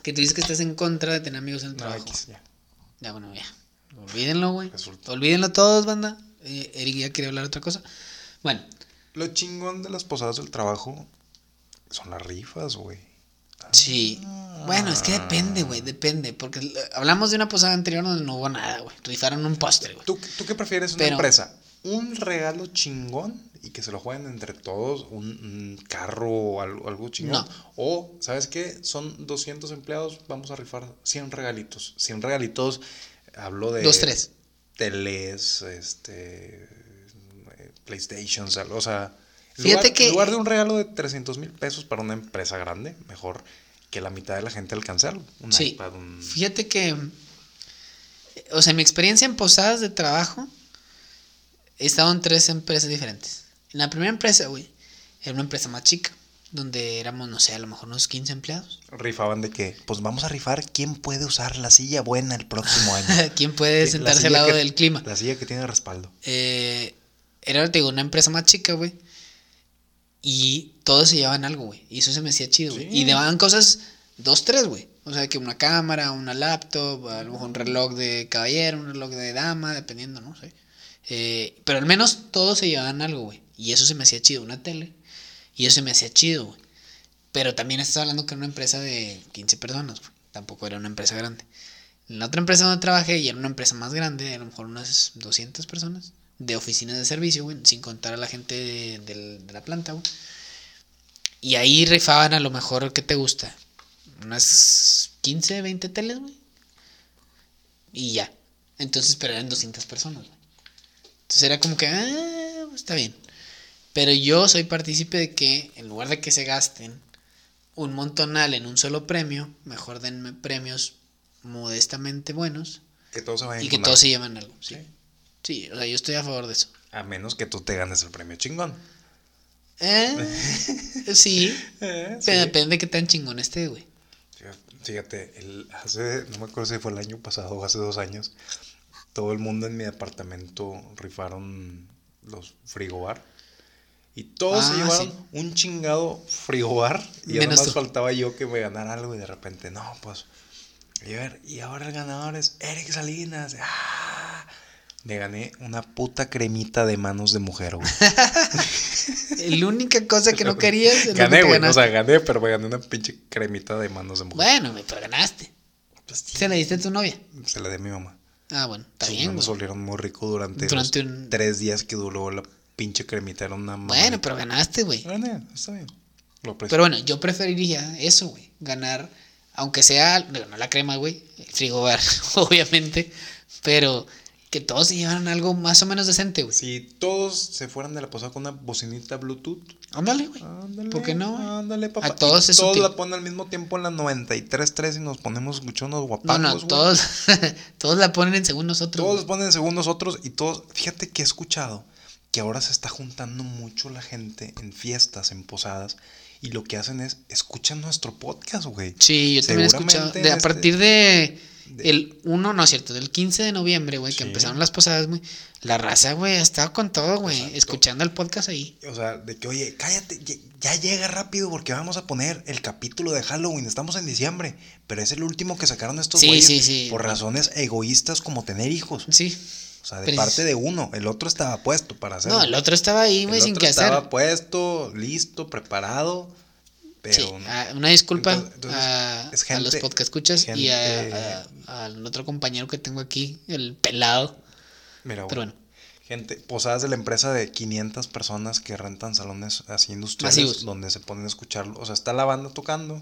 Speaker 2: que tú dices que estás en contra de tener amigos en el
Speaker 1: No,
Speaker 2: trabajo.
Speaker 1: X, ya.
Speaker 2: Ya, bueno, ya. Olvídenlo, güey.
Speaker 1: Resulta.
Speaker 2: Olvídenlo todos, banda. Eh, Eric ya quiere hablar otra cosa. Bueno,
Speaker 1: Lo chingón de las posadas del trabajo son las rifas, güey.
Speaker 2: sí. Bueno, es que depende, güey, depende. Porque l- hablamos de una posada anterior donde no hubo nada, güey. Rifaron un postre, güey.
Speaker 1: ¿Tú, tú qué prefieres una
Speaker 2: Pero-
Speaker 1: empresa? ¿Un regalo chingón y que se lo jueguen entre todos? ¿Un, un carro o algo, algo chingón?
Speaker 2: No.
Speaker 1: O, ¿sabes qué? Son 200 empleados, vamos a rifar 100 regalitos. 100 regalitos, hablo de...
Speaker 2: Dos, tres.
Speaker 1: Teles, este... eh, PlayStation, sal- o sea... en
Speaker 2: Fíjate
Speaker 1: lugar-
Speaker 2: que-
Speaker 1: En lugar de un regalo de 300 mil pesos para una empresa grande, mejor que la mitad de la gente alcanzarlo. Un
Speaker 2: Sí.
Speaker 1: iPad, un...
Speaker 2: Fíjate que, o sea, mi experiencia en posadas de trabajo, he estado en tres empresas diferentes. En la primera empresa, güey, era una empresa más chica, donde éramos, no sé, a lo mejor unos 15 empleados.
Speaker 1: rifaban de que, pues vamos a rifar quién puede usar la silla buena el próximo año.
Speaker 2: ¿Quién
Speaker 1: Sí,
Speaker 2: puede
Speaker 1: la
Speaker 2: sentarse al
Speaker 1: silla
Speaker 2: lado
Speaker 1: que-
Speaker 2: del clima?
Speaker 1: La silla que tiene respaldo.
Speaker 2: Eh, era, te digo, una empresa más chica, güey. Y todos se llevaban algo, güey. Y eso se me hacía chido, güey.
Speaker 1: Sí.
Speaker 2: Y llevaban cosas, dos, tres, güey. O sea, que una cámara, una laptop, a lo mejor un reloj de caballero, un reloj de dama, dependiendo, no sé. Eh, pero al menos todos se llevaban algo, güey. Y eso se me hacía chido, una tele. Y eso se me hacía chido, güey. Pero también estás hablando que era una empresa de 15 personas, güey. Tampoco era una empresa grande. En la otra empresa donde trabajé, y era una empresa más grande, a lo mejor unas 200 personas, de oficinas de servicio, güey, sin contar a la gente de, del- de la planta, güey. Y ahí rifaban a lo mejor, ¿qué te gusta? Unas 15, 20 teles, güey. Y ya. Entonces, pero eran 200 personas, güey. Entonces era como que, ah, pues, está bien. Pero yo soy partícipe de que, en lugar de que se gasten un montonal en un solo premio, mejor denme premios modestamente buenos
Speaker 1: Que todos se vayan
Speaker 2: y que
Speaker 1: con
Speaker 2: todos se
Speaker 1: algo.
Speaker 2: lleven algo. Sí. sí, o sea, yo estoy a favor de eso.
Speaker 1: A menos que tú te ganes el premio chingón.
Speaker 2: Eh, sí,
Speaker 1: Eh, sí.
Speaker 2: pero depende de qué tan chingón esté, güey.
Speaker 1: Fíjate- Fíjate, el- hace, no me acuerdo si fue el año pasado o hace dos años, todo el mundo en mi departamento rifaron los frigobar. Y todos se
Speaker 2: Ah,
Speaker 1: llevaron
Speaker 2: sí.
Speaker 1: un chingado frigobar. Y ya
Speaker 2: Menos
Speaker 1: nomás
Speaker 2: tú.
Speaker 1: faltaba yo que me ganara algo y de repente, no, pues. Y, a ver, y ahora el ganador es Eric Salinas. ¡Ah! Me gané una puta cremita de manos de mujer, güey.
Speaker 2: La única cosa que no querías es lo que
Speaker 1: gané,
Speaker 2: te
Speaker 1: güey. O
Speaker 2: ganaste.
Speaker 1: sea, gané, pero me gané una pinche cremita de manos de mujer.
Speaker 2: Bueno, güey, pero ganaste.
Speaker 1: Pues, sí,
Speaker 2: Se la diste a tu novia.
Speaker 1: se la di a mi mamá.
Speaker 2: Ah, bueno, está
Speaker 1: Sus
Speaker 2: bien.
Speaker 1: manos
Speaker 2: güey.
Speaker 1: olieron muy rico durante,
Speaker 2: Durante
Speaker 1: los
Speaker 2: un-
Speaker 1: tres días que duró la pinche cremita. Era una
Speaker 2: Bueno, pero ganaste, güey.
Speaker 1: pero... está bien. Lo aprecio.
Speaker 2: Pero bueno, yo preferiría eso, güey. Ganar, aunque sea, bueno, no la crema, güey. El frigobar, obviamente. Pero que todos se llevaran algo más o menos decente, güey.
Speaker 1: Si todos se fueran de la posada con una bocinita Bluetooth,
Speaker 2: Ándale, güey.
Speaker 1: ándale.
Speaker 2: ¿Por qué no, güey?
Speaker 1: Ándale, papá.
Speaker 2: A todos
Speaker 1: Y
Speaker 2: es
Speaker 1: todos
Speaker 2: útil.
Speaker 1: la ponen al mismo tiempo en la 93.3 y nos ponemos a escuchar unos
Speaker 2: No,
Speaker 1: guapangos.
Speaker 2: no,
Speaker 1: güey.
Speaker 2: todos, todos la ponen en según nosotros.
Speaker 1: Todos
Speaker 2: güey.
Speaker 1: los ponen según nosotros y todos. Fíjate que he escuchado que ahora se está juntando mucho la gente en fiestas, en posadas, y lo que hacen es escuchan nuestro podcast, güey.
Speaker 2: Sí, yo también he escuchado.
Speaker 1: Seguramente
Speaker 2: de-
Speaker 1: en
Speaker 2: a
Speaker 1: este-
Speaker 2: partir de,
Speaker 1: de-
Speaker 2: el 1, no es cierto, del 15 de noviembre, güey, que
Speaker 1: Sí.
Speaker 2: empezaron las posadas, güey. La raza, güey, ha estado con todo, güey,
Speaker 1: Exacto.
Speaker 2: escuchando el podcast ahí.
Speaker 1: O sea, de que, oye, cállate, ya, ya llega rápido porque vamos a poner el capítulo de Halloween. Estamos en diciembre, pero es el último que sacaron estos
Speaker 2: Sí,
Speaker 1: güeyes
Speaker 2: sí, sí.
Speaker 1: por razones egoístas como tener hijos.
Speaker 2: Sí.
Speaker 1: O sea, de
Speaker 2: Pero es-
Speaker 1: parte de uno. El otro estaba puesto para hacerlo.
Speaker 2: No, el otro estaba ahí,
Speaker 1: El
Speaker 2: güey, sin
Speaker 1: otro
Speaker 2: que hacer.
Speaker 1: Estaba puesto, listo, preparado. Pero
Speaker 2: Sí,
Speaker 1: no.
Speaker 2: ah, una disculpa
Speaker 1: Entonces- entonces,
Speaker 2: a,
Speaker 1: es
Speaker 2: a los
Speaker 1: gente-
Speaker 2: podcast escuchas y
Speaker 1: gente- eh,
Speaker 2: a- a- al otro compañero que tengo aquí, el pelado.
Speaker 1: Mira, güey,
Speaker 2: Pero bueno,
Speaker 1: Gente, posadas de la empresa de 500 personas que rentan salones así industriales
Speaker 2: Masivos.
Speaker 1: donde se ponen a escucharlo. O sea, está la banda tocando.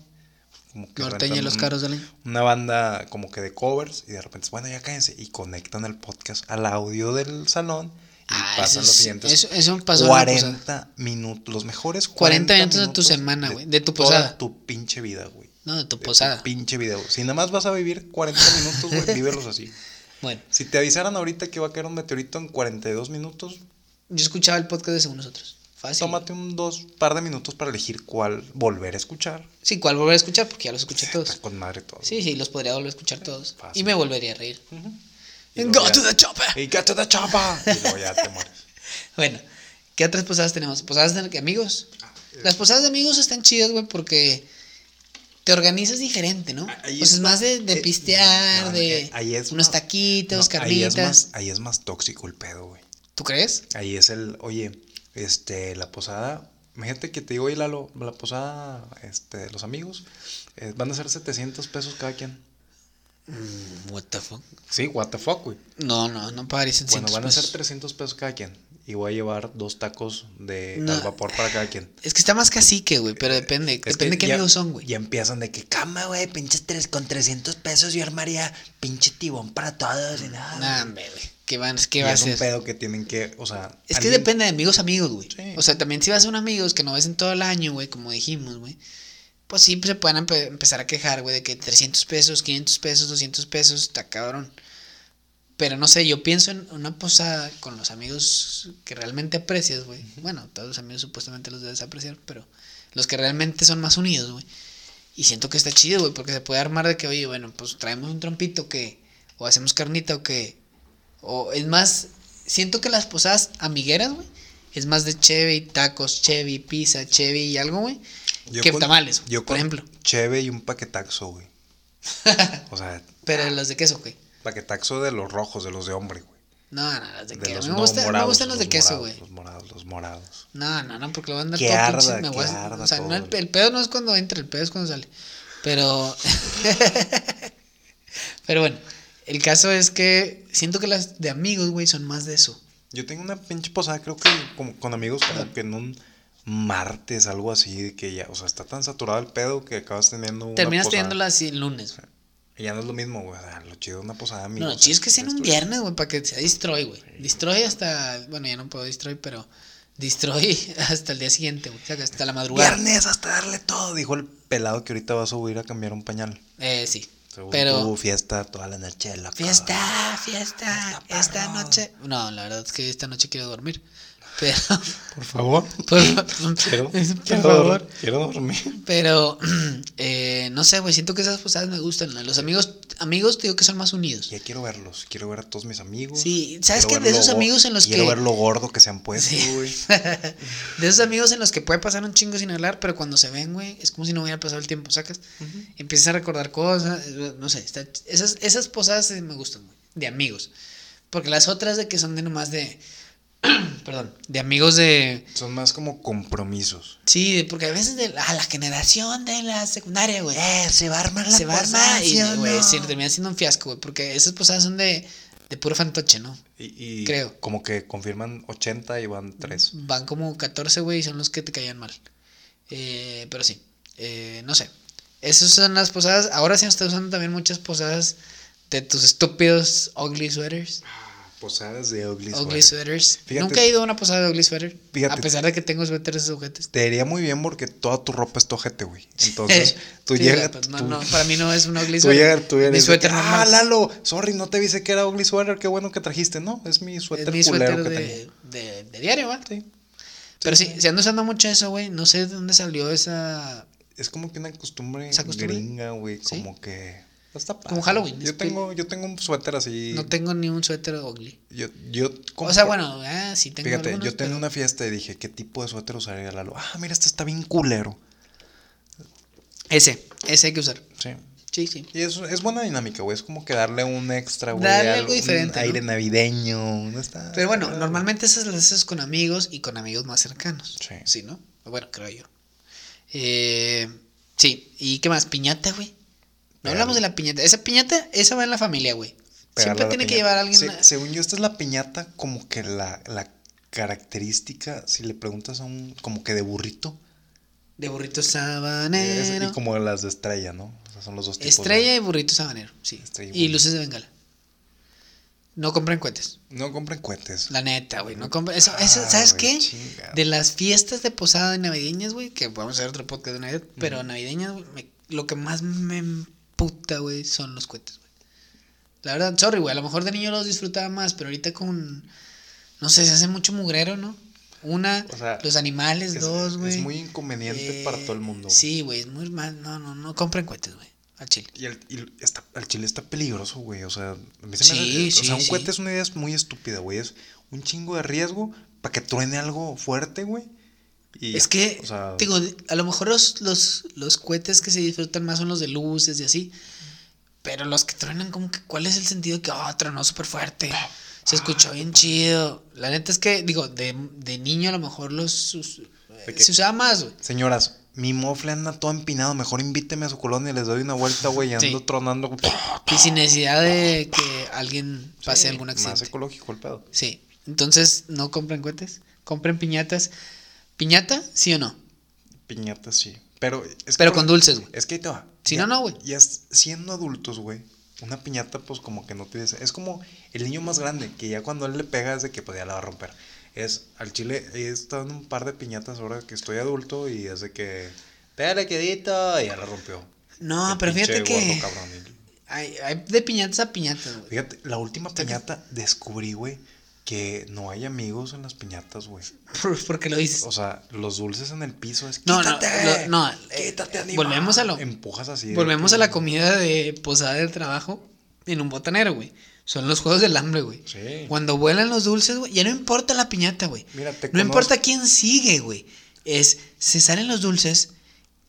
Speaker 1: Como que
Speaker 2: Norteña y
Speaker 1: rentan
Speaker 2: los
Speaker 1: un-
Speaker 2: caros de la-
Speaker 1: Una banda como que de covers y de repente, bueno, ya cállense. Y conectan el podcast al audio del salón y
Speaker 2: Ah,
Speaker 1: pasan
Speaker 2: eso
Speaker 1: los
Speaker 2: sí,
Speaker 1: siguientes
Speaker 2: Eso, eso pasó en la posada.
Speaker 1: 40 minutos. Los mejores
Speaker 2: 40
Speaker 1: 40,
Speaker 2: minutos de tu semana, güey, de tu posada.
Speaker 1: Toda tu pinche vida, güey.
Speaker 2: No, de tu
Speaker 1: De tu
Speaker 2: posada.
Speaker 1: pinche vida, güey. Si nada más vas a vivir 40 minutos, güey, vívelos así.
Speaker 2: Bueno,
Speaker 1: Si te avisaran ahorita que va a caer un meteorito en 42 minutos,
Speaker 2: yo escuchaba el podcast de según nosotros. Fácil.
Speaker 1: tómate un dos par de minutos para elegir cuál volver a escuchar.
Speaker 2: Sí, ¿cuál volver a escuchar? Porque ya los escuché todos.
Speaker 1: Está con madre todo.
Speaker 2: Sí, sí, los podría volver a escuchar todos.
Speaker 1: fácil.
Speaker 2: Y me volvería a reír.
Speaker 1: Ujú. Y luego
Speaker 2: Go
Speaker 1: ya-
Speaker 2: to the chopper.
Speaker 1: Y get to the chapa. Y luego ya te mueres.
Speaker 2: Bueno, ¿qué otras posadas tenemos? ¿Posadas de amigos?
Speaker 1: Ah,
Speaker 2: Las posadas de amigos están chidas, güey, porque te organizas diferente, ¿no?
Speaker 1: Ah,
Speaker 2: O sea,
Speaker 1: ahí
Speaker 2: es
Speaker 1: es
Speaker 2: más de, de
Speaker 1: eh,
Speaker 2: pistear,
Speaker 1: no,
Speaker 2: de
Speaker 1: eh, ahí es
Speaker 2: unos
Speaker 1: más-
Speaker 2: taquitos,
Speaker 1: No, ahí es
Speaker 2: carnitas.
Speaker 1: más- ahí es más tóxico el pedo, güey.
Speaker 2: ¿Tú crees?
Speaker 1: Ahí es el, oye, este, la posada. Imagínate que te digo, oye, Lalo, la posada, este, de los amigos, eh, van a ser 700 pesos cada quien.
Speaker 2: What the fuck?
Speaker 1: Sí, what the fuck, güey.
Speaker 2: No, no, no pagaría 600
Speaker 1: Bueno, van a
Speaker 2: pesos.
Speaker 1: ser 300 pesos cada quien. Y voy a llevar dos tacos de
Speaker 2: No.
Speaker 1: al vapor para cada quien.
Speaker 2: Es que está más cacique, güey, pero depende,
Speaker 1: Es
Speaker 2: depende
Speaker 1: que
Speaker 2: qué
Speaker 1: ya-
Speaker 2: amigos son, güey.
Speaker 1: Ya empiezan de que cama, güey, pinches tres, con 300 pesos yo armaría pinche tibón para todos y nada.
Speaker 2: Nah, hombre, güey, ¿qué, van, qué
Speaker 1: Y
Speaker 2: va a
Speaker 1: es un
Speaker 2: ser?
Speaker 1: pedo que tienen que, o sea.
Speaker 2: Es que
Speaker 1: alguien-
Speaker 2: depende de amigos, amigos, güey.
Speaker 1: Sí.
Speaker 2: O sea, también si vas a un amigos que no ves en todo el año, güey, como dijimos, güey. Pues sí, pues, se pueden empe- empezar a quejar, güey, de que 300 pesos, 500 pesos, 200 pesos, está cabrón. Pero no sé, yo pienso en una posada con los amigos que realmente aprecias, güey. Bueno, todos los amigos supuestamente los debes apreciar, pero los que realmente son más unidos, güey. Y siento que está chido, güey, porque se puede armar de que, oye, bueno, pues traemos un trompito que, o hacemos carnita o que, o es más, siento que las posadas amigueras, güey, es más de Chevy, tacos, Chevy, pizza, Chevy y algo, güey.
Speaker 1: Yo
Speaker 2: que
Speaker 1: con-
Speaker 2: tamales,
Speaker 1: yo con
Speaker 2: por ejemplo.
Speaker 1: Cheve y un paquetaxo, güey. o sea,
Speaker 2: Pero las de queso, güey.
Speaker 1: paquetaxo de los rojos, de los de hombre, güey.
Speaker 2: No, no, las de,
Speaker 1: De
Speaker 2: queso.
Speaker 1: los
Speaker 2: Me,
Speaker 1: no
Speaker 2: gusta- me
Speaker 1: morados,
Speaker 2: gustan las de queso,
Speaker 1: morados,
Speaker 2: güey.
Speaker 1: Los morados, los morados.
Speaker 2: No, no, no, porque lo van a andar
Speaker 1: Que
Speaker 2: todo
Speaker 1: arda,
Speaker 2: pinche, me
Speaker 1: que
Speaker 2: voy a-
Speaker 1: arda
Speaker 2: O sea, no, el,
Speaker 1: todo.
Speaker 2: el pedo no es cuando entra, el pedo es cuando sale. Pero. pero bueno, el caso es que siento que las de amigos, güey, son más de eso.
Speaker 1: Yo tengo una pinche posada, creo que como- con amigos, como que en un martes, algo así, de que ya, o sea, está tan saturado el pedo que acabas teniendo una
Speaker 2: Terminas
Speaker 1: posada.
Speaker 2: teniéndolas así el lunes. güey.
Speaker 1: Y ya no es lo mismo, güey. o sea, lo chido de una posada, amigo.
Speaker 2: No,
Speaker 1: o sea,
Speaker 2: chido es que sea en un
Speaker 1: esto-
Speaker 2: viernes, güey, para que sea destroy, güey. Destroy hasta. Bueno, ya no puedo destroy, pero. Destroy hasta el día siguiente, güey. O sea, que hasta la madrugada.
Speaker 1: Viernes hasta darle todo, dijo el pelado que ahorita va a subir a cambiar un pañal.
Speaker 2: Eh, sí.
Speaker 1: Según
Speaker 2: pero.
Speaker 1: tú, fiesta toda la noche, loco.
Speaker 2: Fiesta, fiesta,
Speaker 1: Fiesta,
Speaker 2: esta
Speaker 1: perro.
Speaker 2: noche. No, la verdad es que esta noche quiero dormir. Pero,
Speaker 1: Por favor.
Speaker 2: por-
Speaker 1: Quiero,
Speaker 2: por
Speaker 1: quiero
Speaker 2: favor.
Speaker 1: dor- quiero dormir.
Speaker 2: Pero, eh, no sé, güey, siento que esas posadas me gustan. ¿no? Los amigos, amigos, te digo que son más unidos.
Speaker 1: Ya quiero verlos. Quiero ver a todos mis amigos.
Speaker 2: Sí, ¿sabes
Speaker 1: Quiero
Speaker 2: qué? De
Speaker 1: ver lo
Speaker 2: esos
Speaker 1: go-
Speaker 2: amigos en los
Speaker 1: quiero
Speaker 2: que-
Speaker 1: ver lo gordo que se han puesto, güey.
Speaker 2: De esos amigos en los que puede pasar un chingo sin hablar, pero cuando se ven, güey, es como si no hubiera pasado el tiempo, ¿sacas? Empiezas a recordar cosas, eh, no sé, está- esas, esas posadas eh, me gustan, güey, de amigos. Porque las otras de que son de nomás de, perdón, de amigos de,
Speaker 1: Son más como compromisos.
Speaker 2: Sí, porque a veces de a la generación de la secundaria, güey.
Speaker 1: Eh, se va a armar
Speaker 2: se va a armar y, güey, sí, termina siendo un fiasco, güey. Porque esas posadas son de, de puro fantoche, ¿no?
Speaker 1: Y, y
Speaker 2: Creo. Mm.
Speaker 1: como que confirman 80 y van 3.
Speaker 2: Van como 14, güey, y son los que te caían mal. Eh, pero sí, eh, no sé. Esas son las posadas. Ahora sí están usando también muchas posadas de tus estúpidos ugly sweaters.
Speaker 1: Posadas de Ugly Sweater.
Speaker 2: Ugly sweaters.
Speaker 1: Fíjate-
Speaker 2: Nunca he ido a una posada de ugly sweater.
Speaker 1: Fíjate-
Speaker 2: A pesar de que tengo suéteres objetos.
Speaker 1: Te iría muy bien porque toda tu ropa es tojete, güey. Entonces, tú
Speaker 2: Sí,
Speaker 1: llegas.
Speaker 2: pues, no,
Speaker 1: tú-
Speaker 2: no, para mí no es un ugly
Speaker 1: Tú
Speaker 2: sweater.
Speaker 1: llegas, tú
Speaker 2: Mi
Speaker 1: eres de
Speaker 2: suéter
Speaker 1: que,
Speaker 2: normal.
Speaker 1: Ah, Lalo, sorry, no te avisé que era ugly sweater, qué bueno que trajiste, ¿no? Es mi
Speaker 2: Es
Speaker 1: suéter
Speaker 2: mi
Speaker 1: Pues culero
Speaker 2: suéter
Speaker 1: que
Speaker 2: de, de, de diario, ¿va?
Speaker 1: tenía. Sí.
Speaker 2: Pero sí, se anda usando mucho eso, güey. No sé de dónde salió esa.
Speaker 1: Es como que una costumbre,
Speaker 2: ¿Esa costumbre?
Speaker 1: gringa, güey,
Speaker 2: Sí.
Speaker 1: como que está padre.
Speaker 2: Como Halloween, es
Speaker 1: Yo
Speaker 2: que-
Speaker 1: tengo yo tengo un suéter así.
Speaker 2: No tengo ni un suéter ugly.
Speaker 1: Yo yo
Speaker 2: o sea,
Speaker 1: compro-
Speaker 2: bueno, ah, sí tengo.
Speaker 1: Fíjate,
Speaker 2: algunos,
Speaker 1: yo tengo
Speaker 2: pero-
Speaker 1: una fiesta y dije, ¿qué tipo de suéter usaría Lalo? Ah, mira, este está bien culero.
Speaker 2: Ese, ese hay que usar.
Speaker 1: Sí.
Speaker 2: Sí, sí.
Speaker 1: Y es, es buena dinámica, güey. Es como que darle un extra, güey.
Speaker 2: Darle
Speaker 1: al-
Speaker 2: algo
Speaker 1: un
Speaker 2: diferente, ¿no?
Speaker 1: aire navideño. ¿no? Está-
Speaker 2: Pero bueno,
Speaker 1: está-
Speaker 2: normalmente esas las haces con amigos y con amigos más cercanos.
Speaker 1: Sí.
Speaker 2: Sí, ¿no? Bueno, creo yo. Eh, sí, ¿y qué más? Piñata, güey. No
Speaker 1: Pero-
Speaker 2: hablamos de la piñata. Esa piñata, esa va en la familia, güey. Siempre tiene que llevar a alguien a-
Speaker 1: según yo, esta es la piñata como que la, la característica, si le preguntas a un como que de burrito,
Speaker 2: De burrito
Speaker 1: es-
Speaker 2: sabanero.
Speaker 1: y como las de estrella, ¿no? O sea, son los dos tipos. de-
Speaker 2: Estrella y burrito sabanero, sí.
Speaker 1: Estrella y
Speaker 2: Y
Speaker 1: burrito.
Speaker 2: luces de bengala. No compren cohetes.
Speaker 1: No compren cohetes.
Speaker 2: La neta, güey. No compren. Eso, eso,
Speaker 1: Ah,
Speaker 2: ¿Sabes
Speaker 1: güey,
Speaker 2: qué?
Speaker 1: chinga.
Speaker 2: De las fiestas de posada de navideñas, güey, que podemos hacer otro podcast de Navidad, pero navideñas, güey, me- lo que más me emputa, güey, son los cohetes, güey. La verdad, sorry, güey, a lo mejor de niño los disfrutaba más, pero ahorita con, no sé, se hace mucho mugrero, ¿no? Una,
Speaker 1: O sea,
Speaker 2: los animales,
Speaker 1: Es-
Speaker 2: dos, güey.
Speaker 1: Es muy inconveniente
Speaker 2: Eh,
Speaker 1: para todo el mundo.
Speaker 2: Sí, güey, es muy mal, no, no, no, compren cohetes, güey, al chile.
Speaker 1: Y el, y está, el chile está peligroso, güey. O sea, a mí se me
Speaker 2: Sí,
Speaker 1: hace- o
Speaker 2: sí,
Speaker 1: sea, un
Speaker 2: sí.
Speaker 1: cohete es una idea muy estúpida, güey. Es un chingo de riesgo para que truene algo fuerte, güey. Y,
Speaker 2: es que,
Speaker 1: o sea,
Speaker 2: digo, a lo mejor los, los, los cohetes que se disfrutan más son los de luces y así. Pero los que truenan, como que, ¿cuál es el sentido que, oh, tronó súper fuerte? Se escuchó bien chido. La neta es que, digo, de, de niño a lo mejor los sus-
Speaker 1: ¿De qué?
Speaker 2: se usaba más, güey.
Speaker 1: señoras, mi mofle anda todo empinado. Mejor invíteme a su colonia y les doy una vuelta, güey. Y
Speaker 2: Sí.
Speaker 1: ando tronando.
Speaker 2: Y sin necesidad de que alguien pase
Speaker 1: Sí,
Speaker 2: algún
Speaker 1: Más
Speaker 2: accidente.
Speaker 1: ecológico el pedo.
Speaker 2: Sí. Entonces, no compren cohetes. Compren piñatas. ¿Piñata? ¿Sí o no?
Speaker 1: Piñata, sí. Pero, es
Speaker 2: Pero
Speaker 1: por-
Speaker 2: con dulces, güey.
Speaker 1: Es que ahí te va.
Speaker 2: Si
Speaker 1: Ya-
Speaker 2: no, no, güey.
Speaker 1: Ya es- siendo adultos, güey. Una piñata, pues como que no te dice. Es como el niño más grande, que ya cuando él le pega es de que podía la va a romper. Es al chile, he estado en un par de piñatas ahora que estoy adulto y es de que. Pégale quedito y ya la rompió.
Speaker 2: No,
Speaker 1: El
Speaker 2: Ah, pero
Speaker 1: pinche
Speaker 2: fíjate que.
Speaker 1: gordo cabrón.
Speaker 2: Hay, hay de piñatas a piñatas, güey.
Speaker 1: Fíjate, la última piñata descubrí, güey, que no hay amigos en las piñatas, güey.
Speaker 2: Por- Porque lo dices.
Speaker 1: O sea, los dulces en el piso es.
Speaker 2: No, no,
Speaker 1: "Quítate,
Speaker 2: no, no, eh,
Speaker 1: quítate, animal".
Speaker 2: volvemos a lo-
Speaker 1: Empujas así. de
Speaker 2: Volvemos
Speaker 1: que-
Speaker 2: a la comida de posada del trabajo en un botanero, güey. Son los juegos del hambre, güey.
Speaker 1: Sí.
Speaker 2: Cuando vuelan los dulces, güey, ya no importa la piñata, güey.
Speaker 1: Mira, te
Speaker 2: No
Speaker 1: conozco.
Speaker 2: importa quién sigue, güey. Es, se salen los dulces,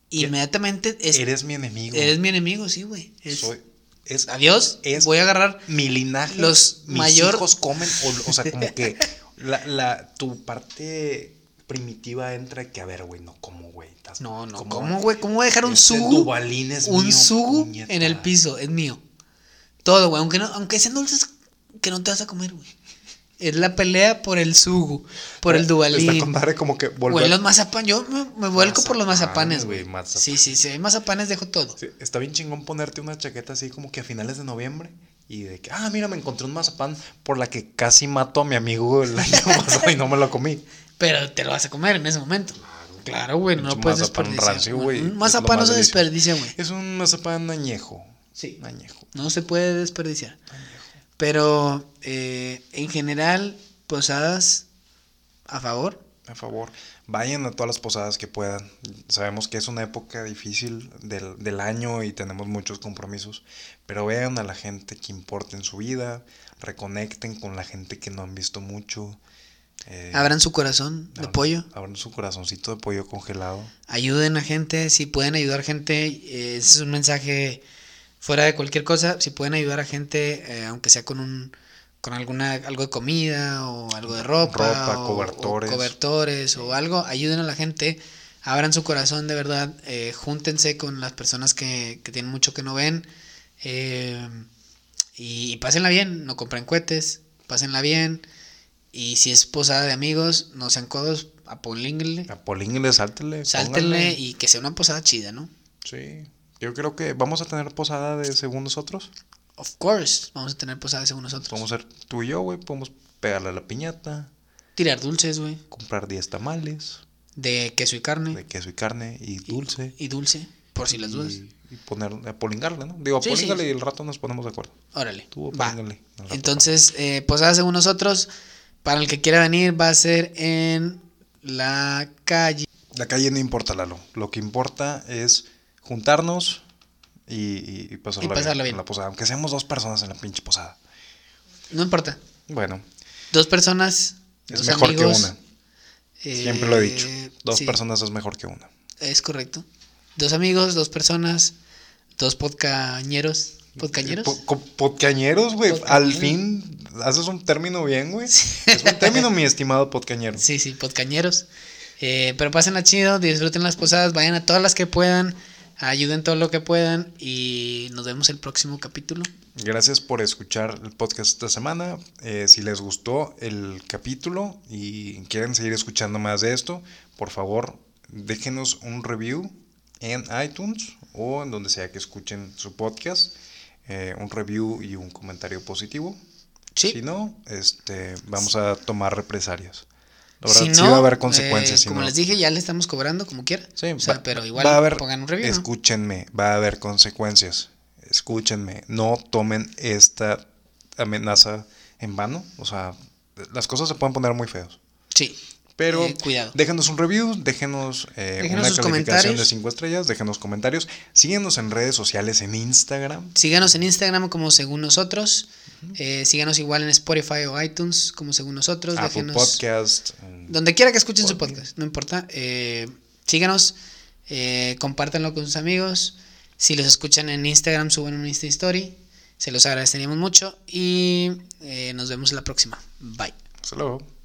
Speaker 1: Ya-
Speaker 2: inmediatamente es- eres,
Speaker 1: Eres mi enemigo.
Speaker 2: mi enemigo, sí, güey. Es,
Speaker 1: Soy- es
Speaker 2: adiós,
Speaker 1: es-
Speaker 2: voy a agarrar.
Speaker 1: mi linaje.
Speaker 2: Los
Speaker 1: mis
Speaker 2: mayor-
Speaker 1: hijos comen. O, o sea, como que la, la- tu parte primitiva entra que, a ver, güey, no como, güey. estás-
Speaker 2: No, no,
Speaker 1: como-
Speaker 2: ¿cómo, güey? ¿Cómo voy a dejar un
Speaker 1: Este
Speaker 2: sugo?
Speaker 1: Dubalín es
Speaker 2: un
Speaker 1: mío,
Speaker 2: sugo
Speaker 1: puñeta.
Speaker 2: en el piso, es mío. Todo, güey. Aunque, no, aunque sean dulces que no te vas a comer, güey. Es la pelea por el sugo, por el
Speaker 1: Está
Speaker 2: dualín.
Speaker 1: con madre como que
Speaker 2: O
Speaker 1: volver-
Speaker 2: en los mazapanes. Yo me, me vuelco por los
Speaker 1: Mazapanes,
Speaker 2: mazapanes,
Speaker 1: güey,
Speaker 2: güey.
Speaker 1: mazapanes.
Speaker 2: Sí, sí, sí. Hay mazapanes, dejo todo.
Speaker 1: Sí, está bien chingón ponerte una chaqueta así como que a finales de noviembre. Y de que, ah, mira, me encontré un mazapán por la que casi mato a mi amigo el año pasado y no me lo comí.
Speaker 2: Pero te lo vas a comer en ese momento. Claro, güey. No
Speaker 1: Pinche
Speaker 2: lo puedes
Speaker 1: mazapán
Speaker 2: desperdiciar.
Speaker 1: rancio,
Speaker 2: güey.
Speaker 1: güey, es
Speaker 2: un
Speaker 1: lo
Speaker 2: mazapán no
Speaker 1: más
Speaker 2: se
Speaker 1: delicioso.
Speaker 2: desperdicia, güey.
Speaker 1: Es un mazapán añejo.
Speaker 2: Sí.
Speaker 1: Añejo.
Speaker 2: No se puede desperdiciar. Pero eh, en general, posadas a favor.
Speaker 1: A favor, vayan a todas las posadas que puedan. Sabemos que es una época difícil del, del año y tenemos muchos compromisos, pero vean a la gente que importa en su vida, reconecten con la gente que no han visto mucho. eh,
Speaker 2: Abran su corazón de
Speaker 1: abran-
Speaker 2: pollo.
Speaker 1: Abran su corazoncito de pollo congelado.
Speaker 2: ayuden a gente, si pueden ayudar gente, eh, ese es un mensaje fuera de cualquier cosa, si pueden ayudar a gente, eh, aunque sea con un con alguna algo de comida o algo de ropa,
Speaker 1: Ropa,
Speaker 2: o-
Speaker 1: cobertores.
Speaker 2: o, cobertores o algo, ayuden a la gente, abran su corazón de verdad, eh, júntense con las personas que, que tienen mucho que no ven eh, y, y pásenla bien, no compren cohetes, pásenla bien y si es posada de amigos, no sean codos, apolínguenle.
Speaker 1: A Polínguele, sáltele.
Speaker 2: Sáltenle
Speaker 1: póngale.
Speaker 2: y que sea una posada chida, ¿no?
Speaker 1: Sí. Yo creo que vamos a tener posada de según nosotros.
Speaker 2: Of course, vamos a tener posadas según nosotros.
Speaker 1: Podemos ser tú y yo, güey. Podemos pegarle a la piñata,
Speaker 2: Tirar dulces, güey.
Speaker 1: comprar 10 tamales
Speaker 2: De queso y carne.
Speaker 1: de queso y carne y dulce.
Speaker 2: Y dulce, por si las dudas.
Speaker 1: y, y poner, apolingarle, ¿no? Digo,
Speaker 2: Sí, sí.
Speaker 1: apolingarle y el rato nos ponemos de acuerdo.
Speaker 2: Órale.
Speaker 1: Tú
Speaker 2: va.
Speaker 1: apolingarle. al rato.
Speaker 2: Entonces, eh, posadas según nosotros. Para el que quiera venir, va a ser en la calle.
Speaker 1: La calle no importa, Lalo. Lo que importa es juntarnos y, y, y pasarla,
Speaker 2: Y pasarla
Speaker 1: bien en
Speaker 2: bien.
Speaker 1: la posada. Aunque seamos dos personas en la pinche posada.
Speaker 2: No importa.
Speaker 1: Bueno,
Speaker 2: Dos personas.
Speaker 1: es
Speaker 2: dos
Speaker 1: mejor
Speaker 2: amigos,
Speaker 1: que una. Siempre lo he dicho.
Speaker 2: eh,
Speaker 1: Dos
Speaker 2: sí,
Speaker 1: personas es mejor que una.
Speaker 2: Es correcto. Dos amigos, dos personas, dos podcañeros. ¿Podcañeros?
Speaker 1: Eh, Po- co- Podcañeros, güey. Al
Speaker 2: Podcañeros.
Speaker 1: fin haces un término bien, güey. Es un término, mi estimado podcañero.
Speaker 2: Sí, sí, podcañeros. Eh, pero pásenla chido, disfruten las posadas, vayan a todas las que puedan, Ayuden todo lo que puedan y nos vemos el próximo capítulo.
Speaker 1: Gracias por escuchar el podcast esta semana. Eh, si les gustó el capítulo y quieren seguir escuchando más de esto, por favor déjenos un review en iTunes o en donde sea que escuchen su podcast. Eh, un review y un comentario positivo.
Speaker 2: Sí.
Speaker 1: Si no, este, vamos a tomar represalias. La verdad,
Speaker 2: Si no,
Speaker 1: sí va a haber
Speaker 2: eh,
Speaker 1: consecuencias. si
Speaker 2: como
Speaker 1: no.
Speaker 2: les dije, ya le estamos cobrando como quiera.
Speaker 1: Sí,
Speaker 2: o sea,
Speaker 1: va-
Speaker 2: pero igual
Speaker 1: va a haber-
Speaker 2: pongan un review. ¿no?
Speaker 1: Escúchenme, va a haber consecuencias. Escúchenme, no tomen esta amenaza en vano. O sea, las cosas se pueden poner muy feos.
Speaker 2: Sí.
Speaker 1: Pero
Speaker 2: Eh, cuidado.
Speaker 1: déjenos un review, déjenos, eh,
Speaker 2: Déjenos sus
Speaker 1: una calificación de
Speaker 2: comentarios.
Speaker 1: 5 estrellas, déjenos comentarios. Síguenos en redes sociales, en Instagram.
Speaker 2: Síganos en Instagram como según nosotros. Eh, síganos igual en Spotify o iTunes como según nosotros.
Speaker 1: Apple
Speaker 2: Déjenos-
Speaker 1: Podcast. en-
Speaker 2: Donde quiera que escuchen su
Speaker 1: Podbean.
Speaker 2: podcast, no importa. Eh, síganos, eh, compártanlo con sus amigos. Si los escuchan en Instagram, suban un Insta Story. Se los agradeceríamos mucho y eh, nos vemos la próxima. Bye.
Speaker 1: Hasta Pues, luego.